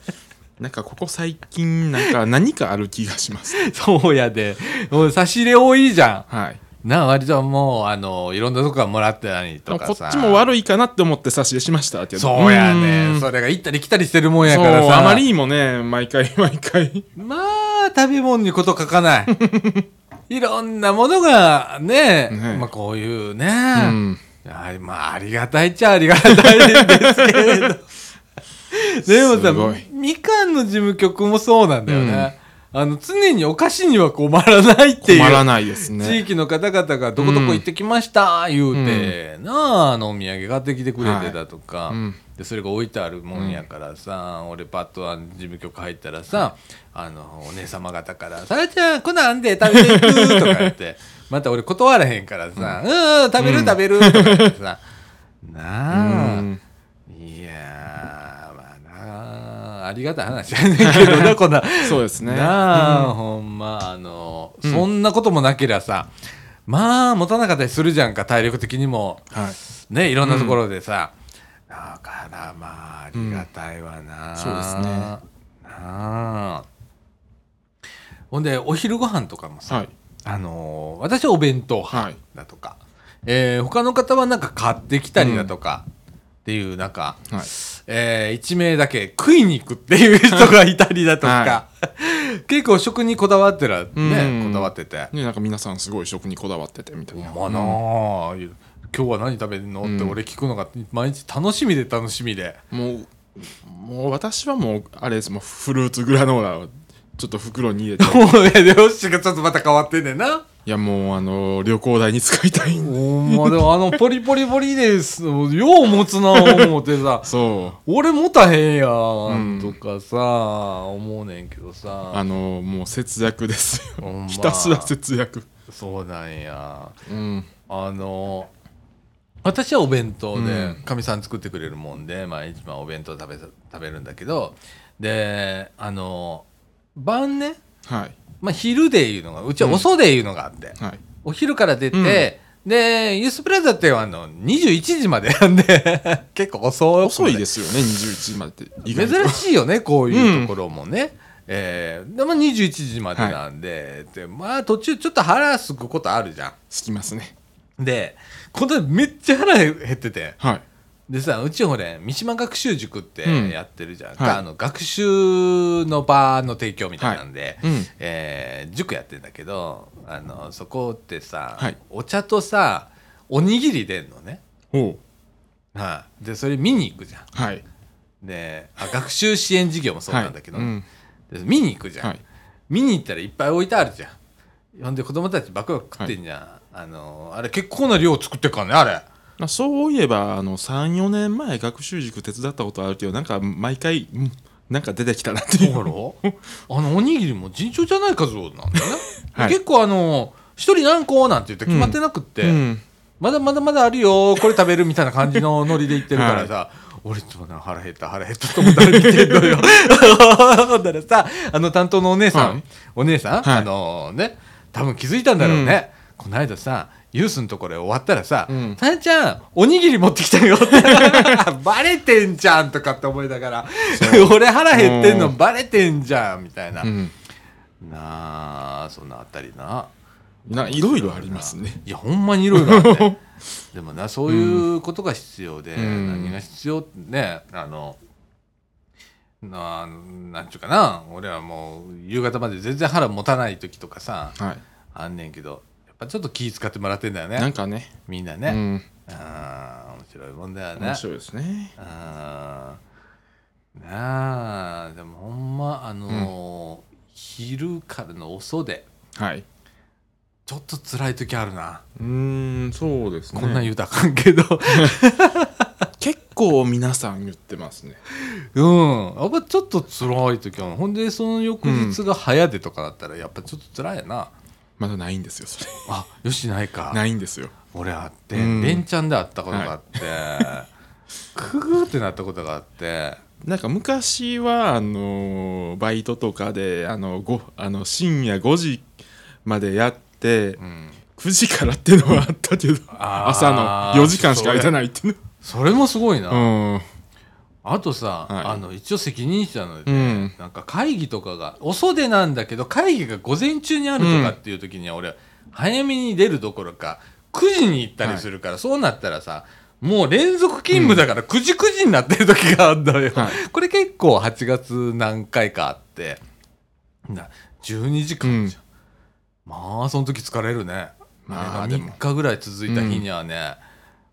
S2: なんかここ最近なんか何かある気がします
S1: そうやで。もう差し入れ多いじゃ
S2: はい
S1: ん。なあ、割ともう、あの、いろんなとこからもらってたりとか
S2: こ
S1: さ。
S2: っちも悪いかなって思って差し出しましたって言
S1: そうや
S2: う
S1: ね。
S2: ん
S1: それが行ったり来たりしてるもんや
S2: そう
S1: からさ。
S2: あまりにもね毎回毎回
S1: まあ、食べ物にこと書か ない。いろんなものがね、
S2: ね
S1: まあこういうね、
S2: うん
S1: あまあありがたいっちゃありがたいんですけれ ど。でもさ
S2: すごい、
S1: みかんの事務局もそうなんだよね。あの、常にお菓子には困らないっていう。
S2: 困らないです
S1: 地
S2: ね
S1: 域の方々がどこどこ行ってきました、言うて、なああのお土産買ってきてくれてたとか、
S2: いうん
S1: でそれが置いてあるもんやからさ、俺パッとあの事務局入ったらさ、あのお姉様方から「さらちゃんこんなんあんで食べていく」とか言って また俺断らへんからさ「うん、ん、食べる食べる」とか言ってさ、なあ、
S2: うん
S1: いやーまあなあありがたい話やねんけどなこんな。
S2: そうですね
S1: なあ、ほんまあの、そんなこともなけりゃさまあ持たなかったりするじゃんか体力的にも
S2: はい
S1: ねいろんなところでさ、だからまあありがたいわな、
S2: そうですね
S1: なあほんでお昼ご飯とかもさ、
S2: はい
S1: あのー私はお弁当
S2: は
S1: 派
S2: い
S1: だとか、えー他の方はなんか買ってきたりだとか、っていうなんか、
S2: はい
S1: え1名だけ食いに行くっていう人がいたりだとか
S2: は、
S1: 結構食にこだわってらね、
S2: うん
S1: こだわってて、
S2: ね、なんか皆さんすごい食にこだわっててみたいな。
S1: まあなあ、今日は何食べるのって俺聞くのが毎日楽しみで楽しみで、
S2: もう、もう私はもう、あれです、もうフルーツグラノーラをちょっと袋に入れ て、い
S1: もうねよしがちょっとまた変わってんねん な。
S2: やもう、あの、旅行代に使いたいんで。
S1: ほんまでもあのポリポリポリです、よう持つな思ってさ、
S2: そう。
S1: 俺持たへんやん
S2: うん
S1: とかさ、思うねんけどさ。
S2: あの、もう節約です
S1: ほんま
S2: よ。ひたすら節約。
S1: そうなんや。
S2: うん。
S1: あの私はお弁当で
S2: うん
S1: かみ、さん作ってくれるもんで毎日まあお弁当食べさ食べるんだけどであの晩ね、
S2: はい。
S1: まあ、昼でいうのがうちは遅でいうのがあって、
S2: はい。
S1: お昼から出て、でユースプラザってあの21時までなんで 結構遅い
S2: 遅いですよね、21までって。意外と
S1: 珍しいよ ねこういうところもね、えーでまあ、21時までなんで,、でまあ途中ちょっと腹すくことあるじゃん。
S2: つきますね。
S1: で、この時めっちゃ腹減ってて。
S2: はい。
S1: でさ、うちほれ、三島学習塾って
S2: うん
S1: やってるじゃんか。
S2: はい
S1: あの、学習の場の提供みたいなんで、
S2: はいうん
S1: えー塾やってんだけど、あの、そこってさ、
S2: はい
S1: お茶とさ、おにぎり出んのね。
S2: おう
S1: はいで、それ見に行くじゃ
S2: はい。
S1: ん。で、あ学習支援事業もそうなんだけど、
S2: はいうん
S1: で見に行くじゃん。
S2: はい。
S1: 見に行ったらいっぱい置いてあるじゃん。ほんで、子供たちばっかり食ってんじゃん。あの、あれ結構な量作ってっからね、あれ。
S2: まあ、そういえばあの34年前学習塾手伝ったことあるけどなんか毎回うんなんか出てきたなっていう
S1: だからあのおにぎりも尋常じゃない数なんだよね、
S2: はい
S1: 結構あの一人何個なんて言って決まってなくって、
S2: うん
S1: まだまだまだあるよこれ食べるみたいな感じ のノリで言ってるからさ、俺いつもな腹減った腹減ったと思ったら見てんの よだからさあの担当のお姉さん、
S2: はい
S1: お姉さん、
S2: はい
S1: あのね多分気づいたんだろうね、この間さユースのところで終わったらさ
S2: う
S1: 「
S2: ん
S1: さ、や、ちゃんおにぎり持ってきたよ」って バレてんじゃん」とかって思いながら「 俺腹減ってんの
S2: うん
S1: バレてんじゃん」みたいな、
S2: うん
S1: なあそんなあったりな。
S2: ないろいろありますね。
S1: いやほんまにいろいろある ねでもなそういうことが必要で、
S2: うん
S1: 何が必要ってねあのななんちゅうかな俺はもう夕方まで全然腹持たない時とかさ
S2: はい
S1: あんねんけどやっぱちょっと気使ってもらってんだよ
S2: な
S1: ね
S2: んかね
S1: みんな
S2: う
S1: ね、
S2: ん
S1: ああ面白いもんだよね
S2: 面白いですね
S1: あーなあでもほんまあのー昼からの遅で
S2: はい
S1: ちょっと辛い時あるな、
S2: うーんそうですね
S1: こんなん言うたらあかんけど
S2: 結構皆さん言ってますね
S1: うんやっぱちょっと辛い時あるほんでその翌日が早出とかだったらやっぱちょっと辛いやな、
S2: まだないんですよそれ
S1: あよしないか
S2: ないんですよ
S1: 俺あって、
S2: うん
S1: 連チャンで会ったことがあって、クグーってなったことがあって
S2: なんか昔はあのーバイトとかであのごあの深夜5時までやって、
S1: うん
S2: 9時からっていうのはあったけど
S1: あー
S2: 朝の4時間しか空いてないっていう
S1: それもすごいな、
S2: の
S1: あとさ、
S2: はい
S1: あの一応責任者なので、
S2: うん
S1: なんか会議とかが遅でなんだけど会議が午前中にあるとかっていう時には俺、早めに出るどころか9時に行ったりするから、そうなったらさもう連続勤務だから9時9時になってる時があるんだよ、
S2: は
S1: これ結構8月何回かあってな12時間じゃん、まあその時疲れるね
S2: ま
S1: ま
S2: あ
S1: あ
S2: でも
S1: 3日ぐらい続いた日にはね、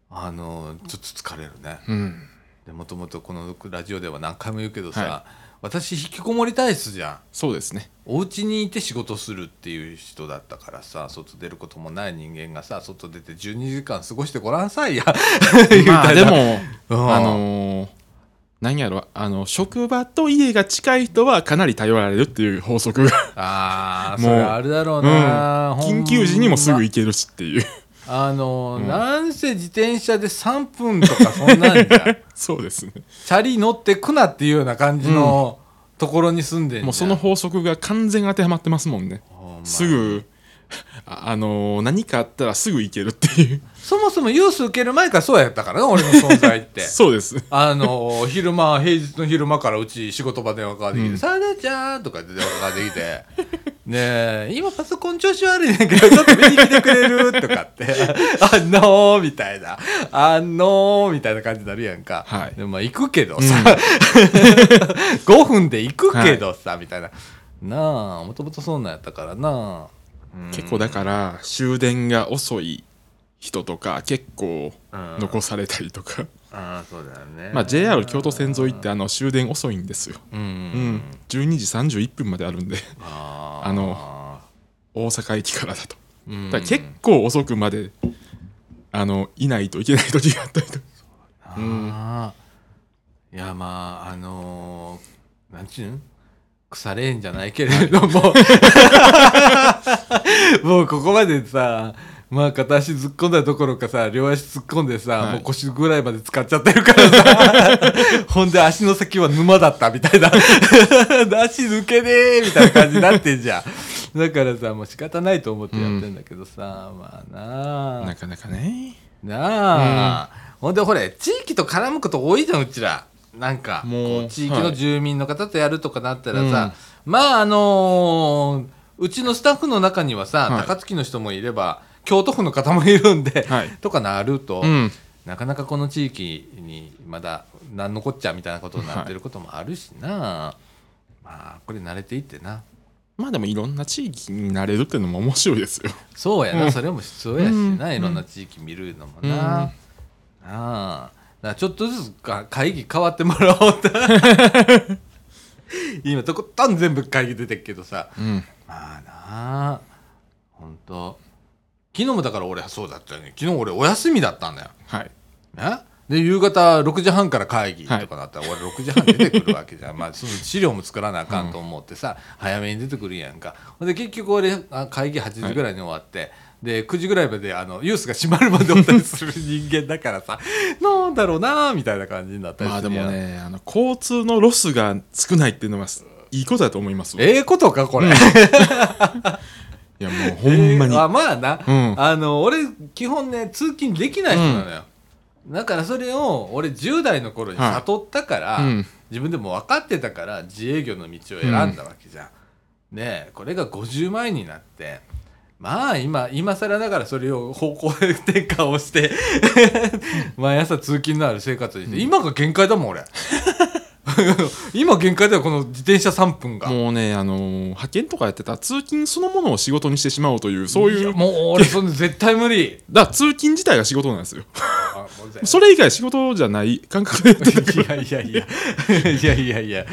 S1: あのちょっと疲れるね
S2: うん、うん、
S1: でもともとこのラジオでは何回も言うけどさ、
S2: は
S1: 私引きこもり体質じゃん
S2: そうですね
S1: お家にいて仕事するっていう人だったからさ外出ることもない人間がさ外出て12時間過ごしてごらんさいや 言う
S2: ま
S1: た
S2: あ
S1: ら
S2: でも、
S1: うん
S2: あのー何やろあの職場と家が近い人はかなり頼られるっていう法則が、
S1: ああ
S2: も
S1: そうれあるだろう
S2: う
S1: な、ほん
S2: ん、緊
S1: ま
S2: 急時にもすぐ行けるしっていう
S1: あの、なんせ自転車で3分とかそん なんじゃんチ
S2: そうですね
S1: ャリ乗ってくなっていうような感じのところに住んでんじゃん
S2: もうその法則が完全に当てはまってますもんね
S1: ほんます
S2: ぐああのー何かあったらすぐ行けるっていう
S1: そもそもユース受ける前からそうやったからな俺の存在って
S2: そうです
S1: あの昼間平日の昼間からうち仕事場電話かかってきて「さ、だ、ちゃん」とかって電話かかって きて「ねえ今パソコン調子悪いねんけどちょっと見に来てくれる?」とかって 「あのー」みたいな「あのー」みたいな感じになるやんか、
S2: はい
S1: でもまあ行くけどさ、5分 で行くけどさ、みたいななあもともとそんなんやったからなうん
S2: 結構だから終電が遅い人とか結構
S1: うん
S2: 残されたりとか、
S1: ああそうだよね
S2: まあ、JR 京都線沿いってあの終電遅いんですよ、
S1: うん、
S2: うん、12時31分まであるんで
S1: あ
S2: あの大阪駅からだと
S1: うん
S2: だから結構遅くまであのいないといけない時があったりとかうん
S1: あーいやまああのーなんちゅうん腐れんじゃないけれども もうここまでさまあ片足突っ込んだどころかさ両足突っ込んでさ、
S2: はい
S1: もう腰ぐらいまで使っちゃってるからさ ほんで足の先は沼だったみたいな 足抜けねえみたいな感じになってんじゃんだからさもう仕方ないと思ってやってんだけどさ、まあなあ
S2: なかなかね
S1: なあ、ほんでほれ地域と絡むこと多いじゃんうちらなんか
S2: もう
S1: こう地域の住民の方とやるとかなったらさ、
S2: はい
S1: まああのーうちのスタッフの中にはさ、
S2: はい
S1: 高槻の人もいれば京都府の方もいるんで、
S2: はい
S1: とかなると、
S2: うん
S1: なかなかこの地域にまだ何のこっちゃみたいなことになってることもあるしな、まあこれ慣れていってな
S2: まあでもいろんな地域になれるっていうのも面白いですよ
S1: そうやな、
S2: うん
S1: それも必要やしな、
S2: うん
S1: いろんな地域見るのも
S2: うん
S1: な、ああだからちょっとずつか会議変わってもらおう と今とことん全部会議出てるけどさ
S2: うん
S1: まあなあほんと昨日もだから俺はそうだったよね昨日俺お休みだったんだよ、
S2: はい
S1: ね、で夕方6時半から会議とかなったら、俺6時半出てくるわけじゃん まあその資料も作らなあかんと思ってさ、早めに出てくるやんかほんで結局俺あ会議8時ぐらいに終わって、で9時ぐらいまであのユースが閉まるまでおったりする人間だからさ なんだろうなみたいな感じになったり
S2: まあ
S1: す
S2: で
S1: るやん
S2: もねあの交通のロスが少ないっていうのはいいことだと思いますい
S1: ええことかこれ、
S2: やもうほんまに、
S1: えーあまあな、
S2: うん
S1: あの俺基本ね通勤できない人なのよ、だからそれを俺10代の頃に
S2: はい
S1: 悟ったから、
S2: うん
S1: 自分でも分かってたから自営業の道を選んだわけじゃん、ねえこれが50万円になってまあ今今更ながらそれを方向転換をして 毎朝通勤のある生活にして、今が限界だもん俺 今限界ではこの自転車3分が
S2: もうね、あのー派遣とかやってたら通勤そのものを仕事にしてしまおうというそういう
S1: やもう俺そんな絶対無理
S2: だから通勤自体が仕事なんですよ
S1: あもう絶対
S2: それ以外仕事じゃ ない感覚でやってるか
S1: いやいやいやいやいやいや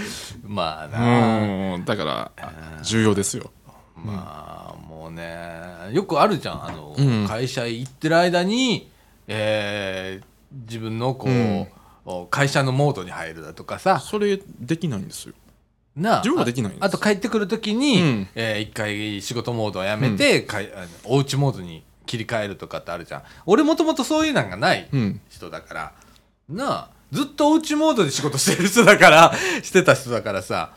S1: まあ
S2: ら
S1: な、
S2: うんだからあ重要ですよ
S1: まあもうねよくあるじゃんあの、
S2: うん
S1: 会社行ってる間に、えー自分のこう、
S2: うん
S1: お会社のモードに入るだとかさ
S2: それできないんですよ
S1: なあ
S2: 自分はできないんです
S1: ああと帰ってくる時に、
S2: うん
S1: えー一回仕事モードをやめて、かいあのおうちモードに切り替えるとかってあるじゃん俺もともとそういうのがない
S2: うん
S1: 人だから、なあずっとおうちモードで仕事してる人だからしてた人だからさ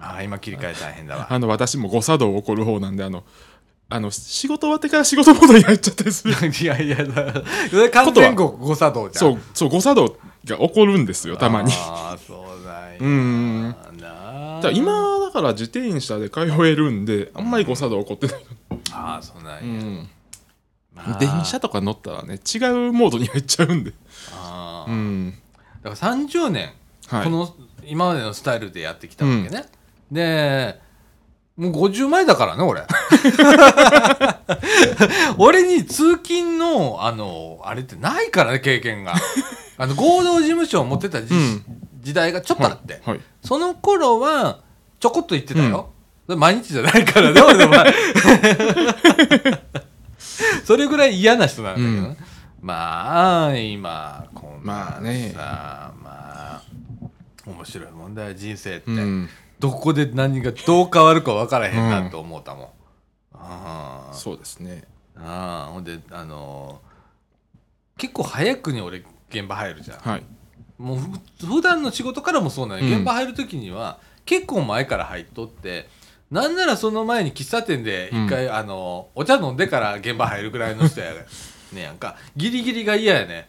S1: ああ今切り替え大変だわ
S2: あの私も誤作動起こる方なんであのあの仕事終わってから仕事モードに入っちゃったりする
S1: いやいやだそれ完全誤誤作動じゃん
S2: そうそう誤作動が起こるんですよたまに
S1: ああそうだよ
S2: うん
S1: なあ
S2: だから今だから自転車で通えるんであんまり誤作動起こってない、
S1: ああそうなんや、
S2: うん
S1: まあ
S2: 電車とか乗ったらね違うモードに入っちゃうんで
S1: ああ
S2: うん
S1: だから30年
S2: はい
S1: この今までのスタイルでやってきたわけね、でもう50前だからね 俺俺に通勤のあのあれってないからね経験があの合同事務所を持ってた時,、
S2: うん
S1: 時代がちょっとあって、
S2: はい、はい
S1: その頃はちょこっと行ってたよ、毎日じゃないから ね俺の場合それぐらい嫌な人なんだけどね、まあ今こんな
S2: まあね
S1: さまあ面白いもんだよ人生って、
S2: うん、
S1: どこで何がどう変わるか分からへんなと思うたもん、ああ
S2: そうですね
S1: ああほんであのー結構早くに俺現場入るじゃん
S2: はい
S1: もうふ普段の仕事からもそうなの、
S2: うん
S1: 現場入る時には結構前から入っとってなんならその前に喫茶店で一回、あのお茶飲んでから現場入るぐらいの人やね やんかギリギリが嫌やね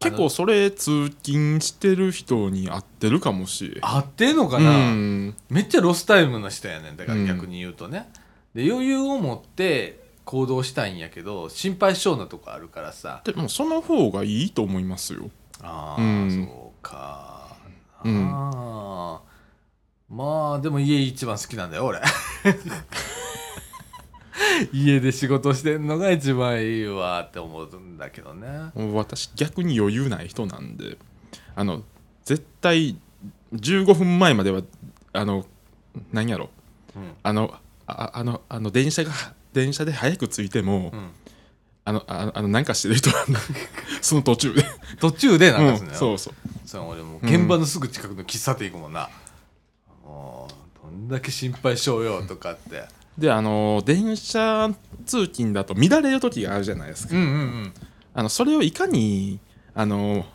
S2: 結構それ通勤してる人に合ってるかもしれん
S1: 合ってんのかな、
S2: うん
S1: めっちゃロスタイムな人やねんだから
S2: うん
S1: 逆に言うとね、で余裕を持って行動したいんやけど心配性なとこあるからさ
S2: でもその方がいいと思いますよ
S1: ああ、
S2: うん
S1: そうか、
S2: うん
S1: あーまあでも家一番好きなんだよ 俺家で仕事してんのが一番いいわって思うんだけどね
S2: 私逆に余裕ない人なんであの絶対15分前まではあの何やろ、
S1: うん
S2: あのああのあの電車が電車で早く着いても、
S1: ん
S2: あのああのなんかしてる人なん でその途中で、
S1: 途中でなんかす
S2: うんん
S1: だ
S2: そ
S1: よ、
S2: うそう
S1: その俺もう現場のすぐ近くの喫茶店行くもんな、もうどんだけ心配しようよとかって
S2: であの電車通勤だと乱れる時があるじゃないですか、
S1: うんうんうん
S2: あのそれをいかにあの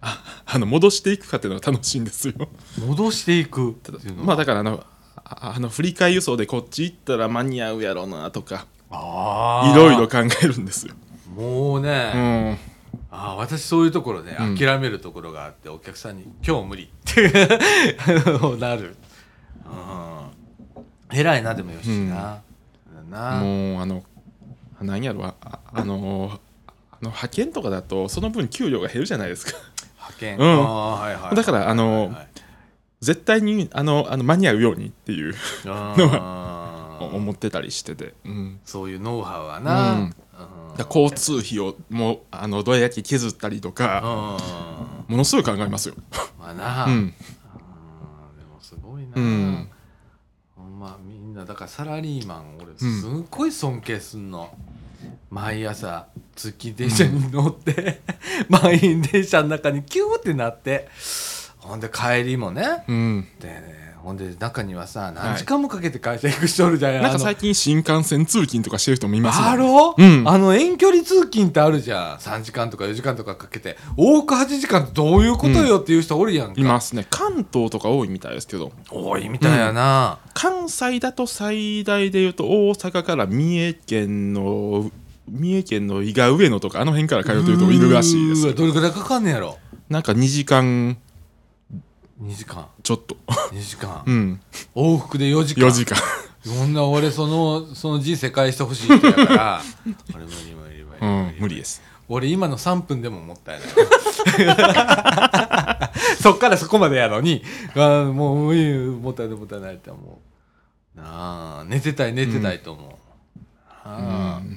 S2: ああの戻していくかっていうのが楽しいんですよ
S1: 戻していくっていうの
S2: まあだからあのああの振り替え輸送でこっち行ったら間に合うやろうなとか
S1: あー
S2: いろいろ考えるんですよ。
S1: もうね、
S2: うん、
S1: ああ私そういうところね、
S2: うん
S1: 諦めるところがあってお客さんに「今日無理」ってなる、うん、偉いなでもよしな、な
S2: もうあの何やろあああのあの派遣とかだとその分給料が減るじゃないですか。
S1: 派遣、
S2: うん
S1: ああはいはい
S2: だからあの
S1: はいはい
S2: 絶対にあのあの間に合うようにっていう
S1: あ ー
S2: 思ってたりしてて、うん、
S1: そういうノウハウはな、
S2: うん
S1: うん
S2: だから交通費をもうあのどれだけ削ったりとか、
S1: うん
S2: ものすごい考えますよ。
S1: まあな、
S2: う
S1: うん
S2: ん、
S1: でもすごいな、
S2: うん
S1: ほんまみんなだからサラリーマン俺すっごい尊敬すんの、毎朝通勤電車に乗って、 満員電車の中にキューってなってほんで帰りもね
S2: うん、
S1: でねほんで中にはさ何時間もかけて会社行く人おるじゃん、
S2: なん
S1: あ
S2: か
S1: の
S2: 最近新幹線通勤とかしてる人もいます
S1: あ
S2: ね
S1: ろ、
S2: うん
S1: あの遠距離通勤ってあるじゃん3時間とか4時間とかかけて往復8時間ってどういうことよっていう人おるやんか、
S2: いますね関東とか多いみたいですけど
S1: 多いみたいやな、
S2: 関西だと最大で言うと大阪から三重県の三重県の伊賀上野とかあの辺から通ってる人もいるらしいで
S1: う
S2: す
S1: ーわどれぐらいかかんねやろ
S2: なんか2時間
S1: 2時間
S2: ちょっと
S1: 2時間
S2: うん
S1: 往復で4時間
S2: 4時間
S1: そんな俺そのその人生返してほしい人やから 俺無理無理無理
S2: うん無理です
S1: 俺今の3分でももったいないそっからそこまでやのに、あーもう、うんもたいないもったいないって思う。なあ、寝てたい寝てたいと思う。あ
S2: う
S1: あ
S2: ん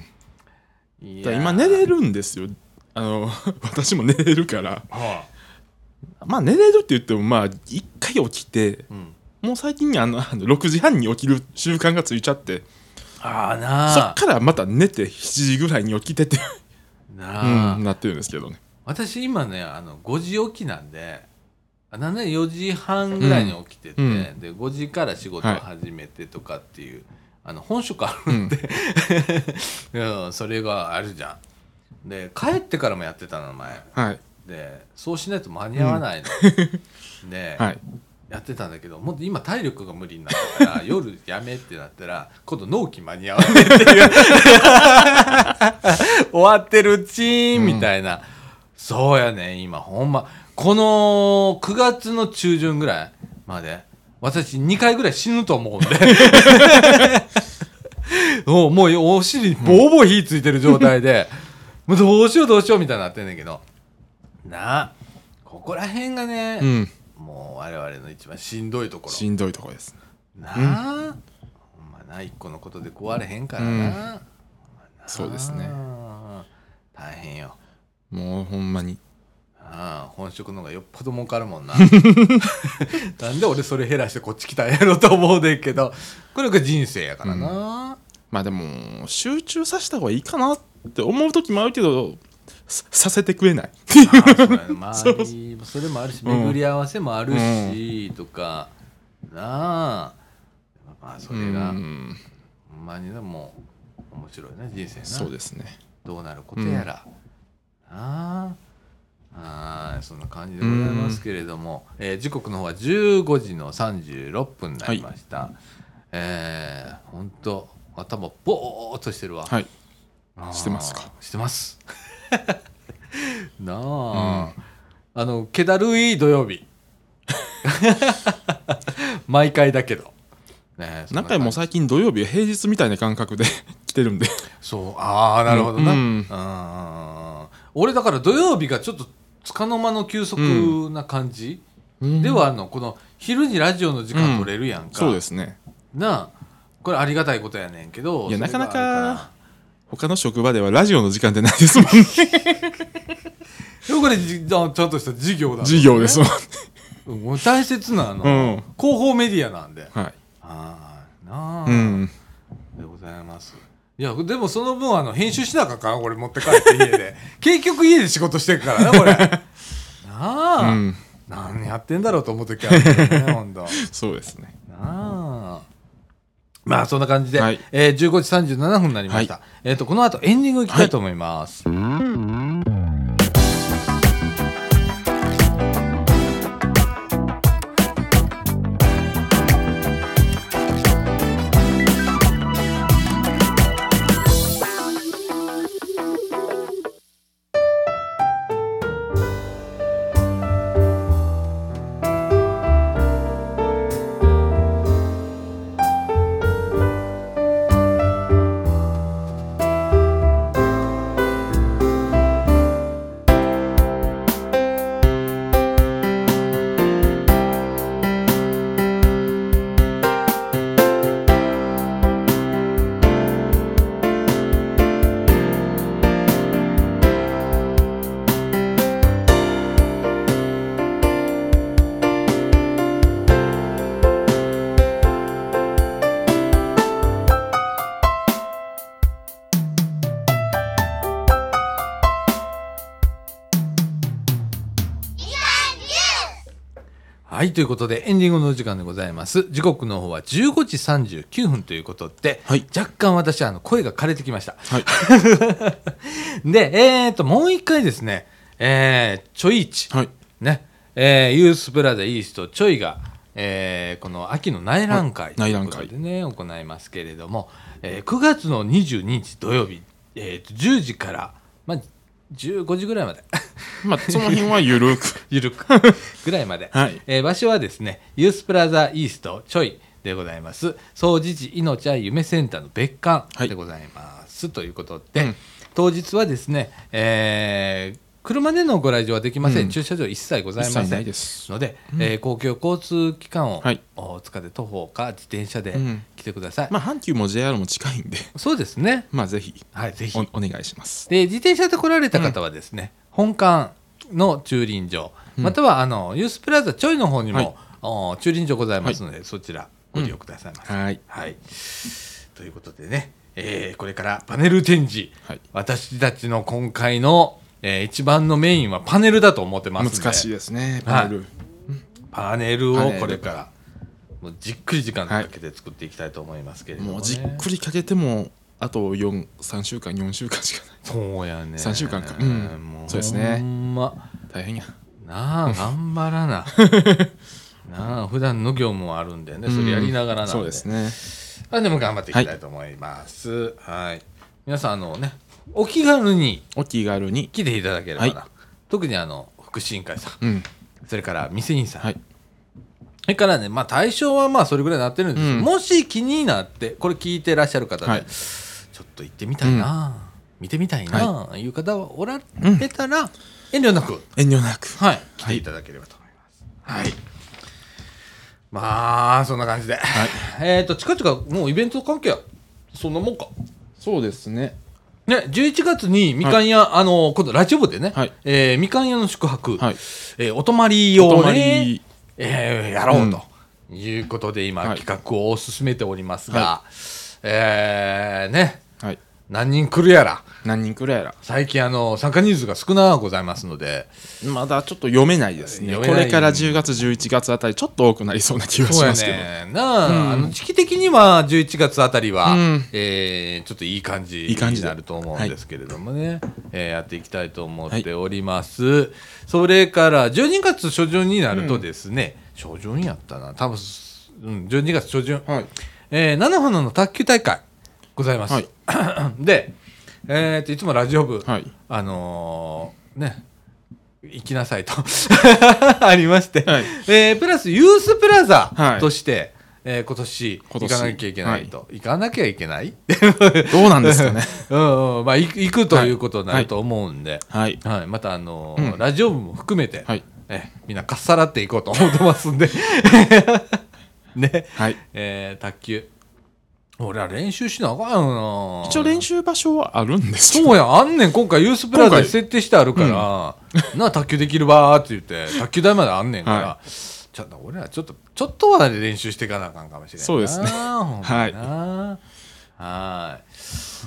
S1: い
S2: だか
S1: や
S2: ら今寝れるんですよあの 私も寝れるから
S1: は
S2: まあ寝れるって言ってもまあ一回起きて
S1: あ、うん、
S2: もう最近あの あの6時半に起きる習慣がついちゃって
S1: ああ
S2: そ
S1: な
S2: っ
S1: あ
S2: からまた寝て7時ぐらいに起きてって、
S1: なあ、
S2: うんなってるんですけどね
S1: 私今ねあの5時起きなんであなんなら4時半ぐらいに起きてて、
S2: うんうん
S1: で5時から仕事を始めてとかっていう、あの本職あるんで、 うん、それがあるじゃん。で帰ってからもやってたの前
S2: はい
S1: でそうしないと間に合わないの、で、
S2: はい
S1: やってたんだけどもっと今体力が無理になったから 夜やめってなったら今度納期間に合わないっていう 終わってるうちーんみたいな、そうやね今ほんまこの9月の中旬ぐらいまで私2回ぐらい死ぬと思うんで もうもうお尻にボーボー火ついてる状態で、もうどうしようどうしようみたいになってんねんけどなあここら辺がね、
S2: うん
S1: もう我々の一番しんどいとこ
S2: し
S1: ろ
S2: んどいとこです
S1: なあ、ほんまな一個のことで壊れへんからな,、
S2: うん
S1: ほんまな
S2: そうですね
S1: 大変よ
S2: もうほんまに
S1: ああ本職の方がよっぽど儲かる もんななんで俺それ減らしてこっち来たんやろと思うねんけどこれが人生やからな、
S2: まあでも集中させた方がいいかなって思う時もあるけどささせてくれない
S1: まあ そうやね周りそれもあるし
S2: うん
S1: 巡り合わせもあるし、とかなあまあそれが、
S2: うん
S1: ほんまにでも面白いね人生な
S2: そうですね
S1: どうなることやら、ああはいそんな感じでございますけれども、えー時刻の方は15時の36分になりました、えー、ほんと頭ボーっとしてるわ、
S2: はい
S1: あー
S2: してますか
S1: してます なあ、あの気だるい土曜 日毎回だけど、ね、そな
S2: 何回
S1: 感じ
S2: も最近土曜日平日みたいな感覚で来てるんで
S1: そうああなるほどな、う
S2: うんん
S1: うん俺だから土曜日がちょっとつかの間の休息な感じ、ではあのこの昼にラジオの時間取れるやんか、
S2: そうですね
S1: なあこれありがたいことやねんけど
S2: いや
S1: それが
S2: なかな
S1: ある
S2: か他の職場ではラジオの時間ってないですもんね
S1: でもこれじあちゃんとした授業だもんね
S2: 授業ですもんね
S1: うんもう大切なあの、
S2: うん
S1: 広報メディアなんで
S2: はい
S1: ああなあ、
S2: うん
S1: でございますいやでもその分あの編集しなあかんか俺持って帰って家 で結局家で仕事してるからねこれなあ、
S2: うん
S1: 何やってんだろうと思う時あるけどねほんとな
S2: そうですね
S1: あまあそんな感じで、
S2: はい
S1: えー15時37分になりました、えっ、とこの後エンディングいきたいと思います、はいということでエンディングのお時間でございます時刻の方は15時39分ということで、
S2: はい
S1: 若干私あの声が枯れてきました
S2: はい
S1: でえっ、ともう一回ですねえー、ちょいち、
S2: はい
S1: ねえーユースプラザイーストちょいが、えーこの秋の内覧会と
S2: はいいう内覧
S1: こ
S2: 会
S1: とでね、行いますけれども、えー9月の22日土曜日、えーと10時から、まあ、15時ぐらいまで
S2: まあその辺はゆるく
S1: ゆる くぐらいまで、
S2: はい
S1: えー場所はですねユースプラザイーストちょいでございます総持寺命愛夢センターの別館
S2: はい
S1: でございます、ということで、
S2: うん
S1: 当日はですね、えー車でのご来場はできません、
S2: うん
S1: 駐車場一切ござい
S2: 一
S1: ま
S2: 切
S1: せ
S2: ない
S1: ん
S2: です。
S1: ので、えー公共交通機関を、
S2: はい
S1: お使って徒歩か自転車で
S2: うん
S1: 来てください、
S2: まあ、阪急も JR も近いんで、
S1: そうですね
S2: まあ、ぜひ
S1: はいぜひ
S2: おお願いします。
S1: で自転車で来られた方はですね、本館の駐輪場、
S2: うん
S1: またはあのユースプラザちょいの方にも、
S2: はい
S1: お駐輪場ございますので、そちらご利用くださいませ、
S2: はい。
S1: はい、ということでね、えーこれからパネル展示、
S2: はい
S1: 私たちの今回の、えー一番のメインはパネルだと思ってます
S2: 難
S1: んで
S2: しいですね、パネル。
S1: パネル
S2: パネ
S1: を
S2: ル
S1: これからもうじっくり時間かけて作っていきたいと思いますけれども、ね
S2: もうじっくりかけても、あと4、3週間、4週間しかない。
S1: そうやね
S2: 三週間かうん
S1: もう
S2: そうですね
S1: ほんま
S2: 大変や。
S1: なあ頑張ら ななあ普段の業務もあるんでねそれやりながらなんで、
S2: そうですね。
S1: あでも頑張っていきたいと思いますはい皆さんあのねお気軽に
S2: お気軽に。
S1: 来ていただければな、
S2: はい
S1: 特にあの福祉委員会さん
S2: うん。
S1: それから店員さん、
S2: はい。
S1: それからね、まあ、対象はまあそれぐらいなってるんです、
S2: うん
S1: もし気になってこれ聞いてらっしゃる方で、
S2: はい
S1: ちょっと行ってみたいな、見てみたいな、い、う方はおられたら、遠慮なく、
S2: 遠慮なく。
S1: はい、来ていただければと思います。はい、まあそんな感じで、えっ、と近々もうイベント関係はそんなもんか。
S2: そうですね。
S1: ね、11月にみかん屋、あの今度ラジオ部でね、
S2: はい
S1: えーみかん屋の宿泊、
S2: はい
S1: えーお泊まり用
S2: お
S1: を
S2: 泊ま
S1: ね
S2: り、
S1: えーやろうと、いうことで今、
S2: はい
S1: 企画を進めておりますが、
S2: は
S1: えーね
S2: はい。
S1: 何人来るやら
S2: 何人くらいやら。
S1: 最近あの参加人数が少なございますので
S2: まだちょっと読めないですね。
S1: 読
S2: こ
S1: めない
S2: れから10月、11月あたり、ちょっと多くなりそうな気がし
S1: そうや
S2: ますけど。
S1: ねなあ,、あの時期的には11月あたりは、
S2: うん
S1: えーちょっといい感じ
S2: いい感じ
S1: に
S2: で
S1: なると思うんですけれどもね、えーやっていきたいと思っております、それから12月初旬になるとですね、初旬やったな多分、うん、12月初旬、
S2: はい。
S1: えー、菜の花の卓球大会ございます、
S2: はい
S1: で、えー、といつもラジオ部、
S2: はい
S1: あのーね行きなさいと ありまして、
S2: はい
S1: えープラスユースプラザ
S2: はい
S1: として、えー今年
S2: 今
S1: 行
S2: 年
S1: かなきゃいけないと、行かなきゃいけない
S2: どうなんですかね。
S1: うん、うんまあ、行く行くということになると思うんで、
S2: はい。
S1: はい、また、あのー
S2: うん
S1: ラジオ部も含めて、
S2: はい
S1: えみんなかっさらっていこうと思ってます んで ね、
S2: はい。
S1: えー、卓球俺は練習しなあかんよな
S2: 一応練習場所はあるんですけど。
S1: そうやあんねん今回ユースプラザ
S2: 今
S1: に
S2: 回
S1: 設定してあるから、 なあ卓球できるばーって言って卓球台まであんねんから、
S2: は
S1: ちょっと俺らちょっとちょっとは練習していかなあかんかもしれんない
S2: そうですね
S1: はいなはい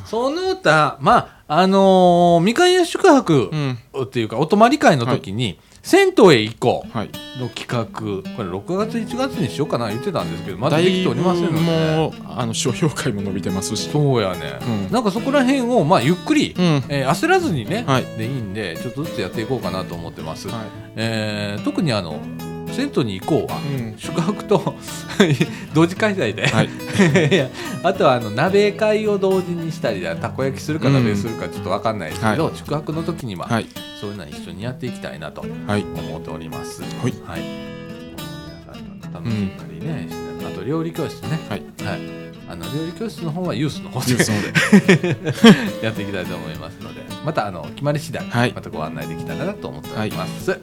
S1: その他まああのー、みかん屋宿泊
S2: うん。
S1: っていうか、お泊まり会の時に、銭湯へ行こう
S2: はい。
S1: の企画これ6月1月にしようかな言ってたんですけどまだ
S2: だ
S1: でき
S2: い
S1: てお
S2: ぶ
S1: りませんので、ね、
S2: もう、あの、商標会も伸びてますし。
S1: そうやね、
S2: うん
S1: なんかそこら辺をまあゆっくり、
S2: うん。
S1: えー焦らずにね、
S2: はい
S1: でいいんでちょっとずつやっていこうかなと思ってます、
S2: は
S1: えー特にあの銭湯に行こうは、
S2: い。うん。
S1: 宿泊と 同時開催で、
S2: はい。
S1: いやあとはあの鍋会を同時にしたりだたこ焼きするか
S2: うん
S1: 鍋するかちょっと分かんないですけど、
S2: は
S1: 宿泊の時には、
S2: はい。
S1: そういうのは一緒にやっていきたいなと
S2: はい。
S1: 思っております
S2: はい
S1: 皆さん楽しんだりね、しなあと料理教室ね
S2: はい。
S1: はい、あの料理教室の方はユースの方で
S2: ニュースの方で。
S1: やっていきたいと思いますのでまたあの決まり次第、
S2: はい
S1: またご案内できたらなと思っております。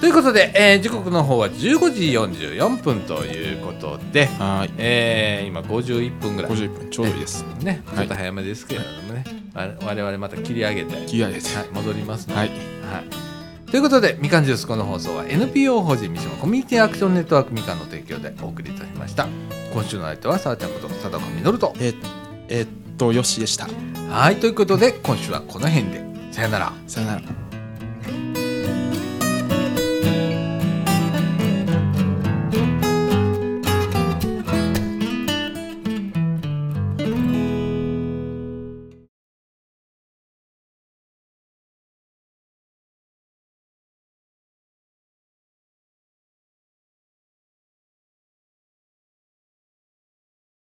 S1: ということで、えー時刻の方は15時44分ということで、
S2: はい。
S1: えー今51分ぐらい、
S2: 50分ちょうどいいです。
S1: ね、
S2: はい
S1: ちょっと早めですけれどもね、わ我々また切り上げて、はい、
S2: 気合い入れて。
S1: 戻りますので、
S2: はい。
S1: はい、ということでみかんジュースこの放送は NPO 法人三島コミュニティアクションネットワークみかんの提供でお送りいたしました今週の相手はさあちゃんこと佐藤みのると
S2: え、えっと、よしでした。
S1: はいということで今週はこの辺でさよなら
S2: さよなら。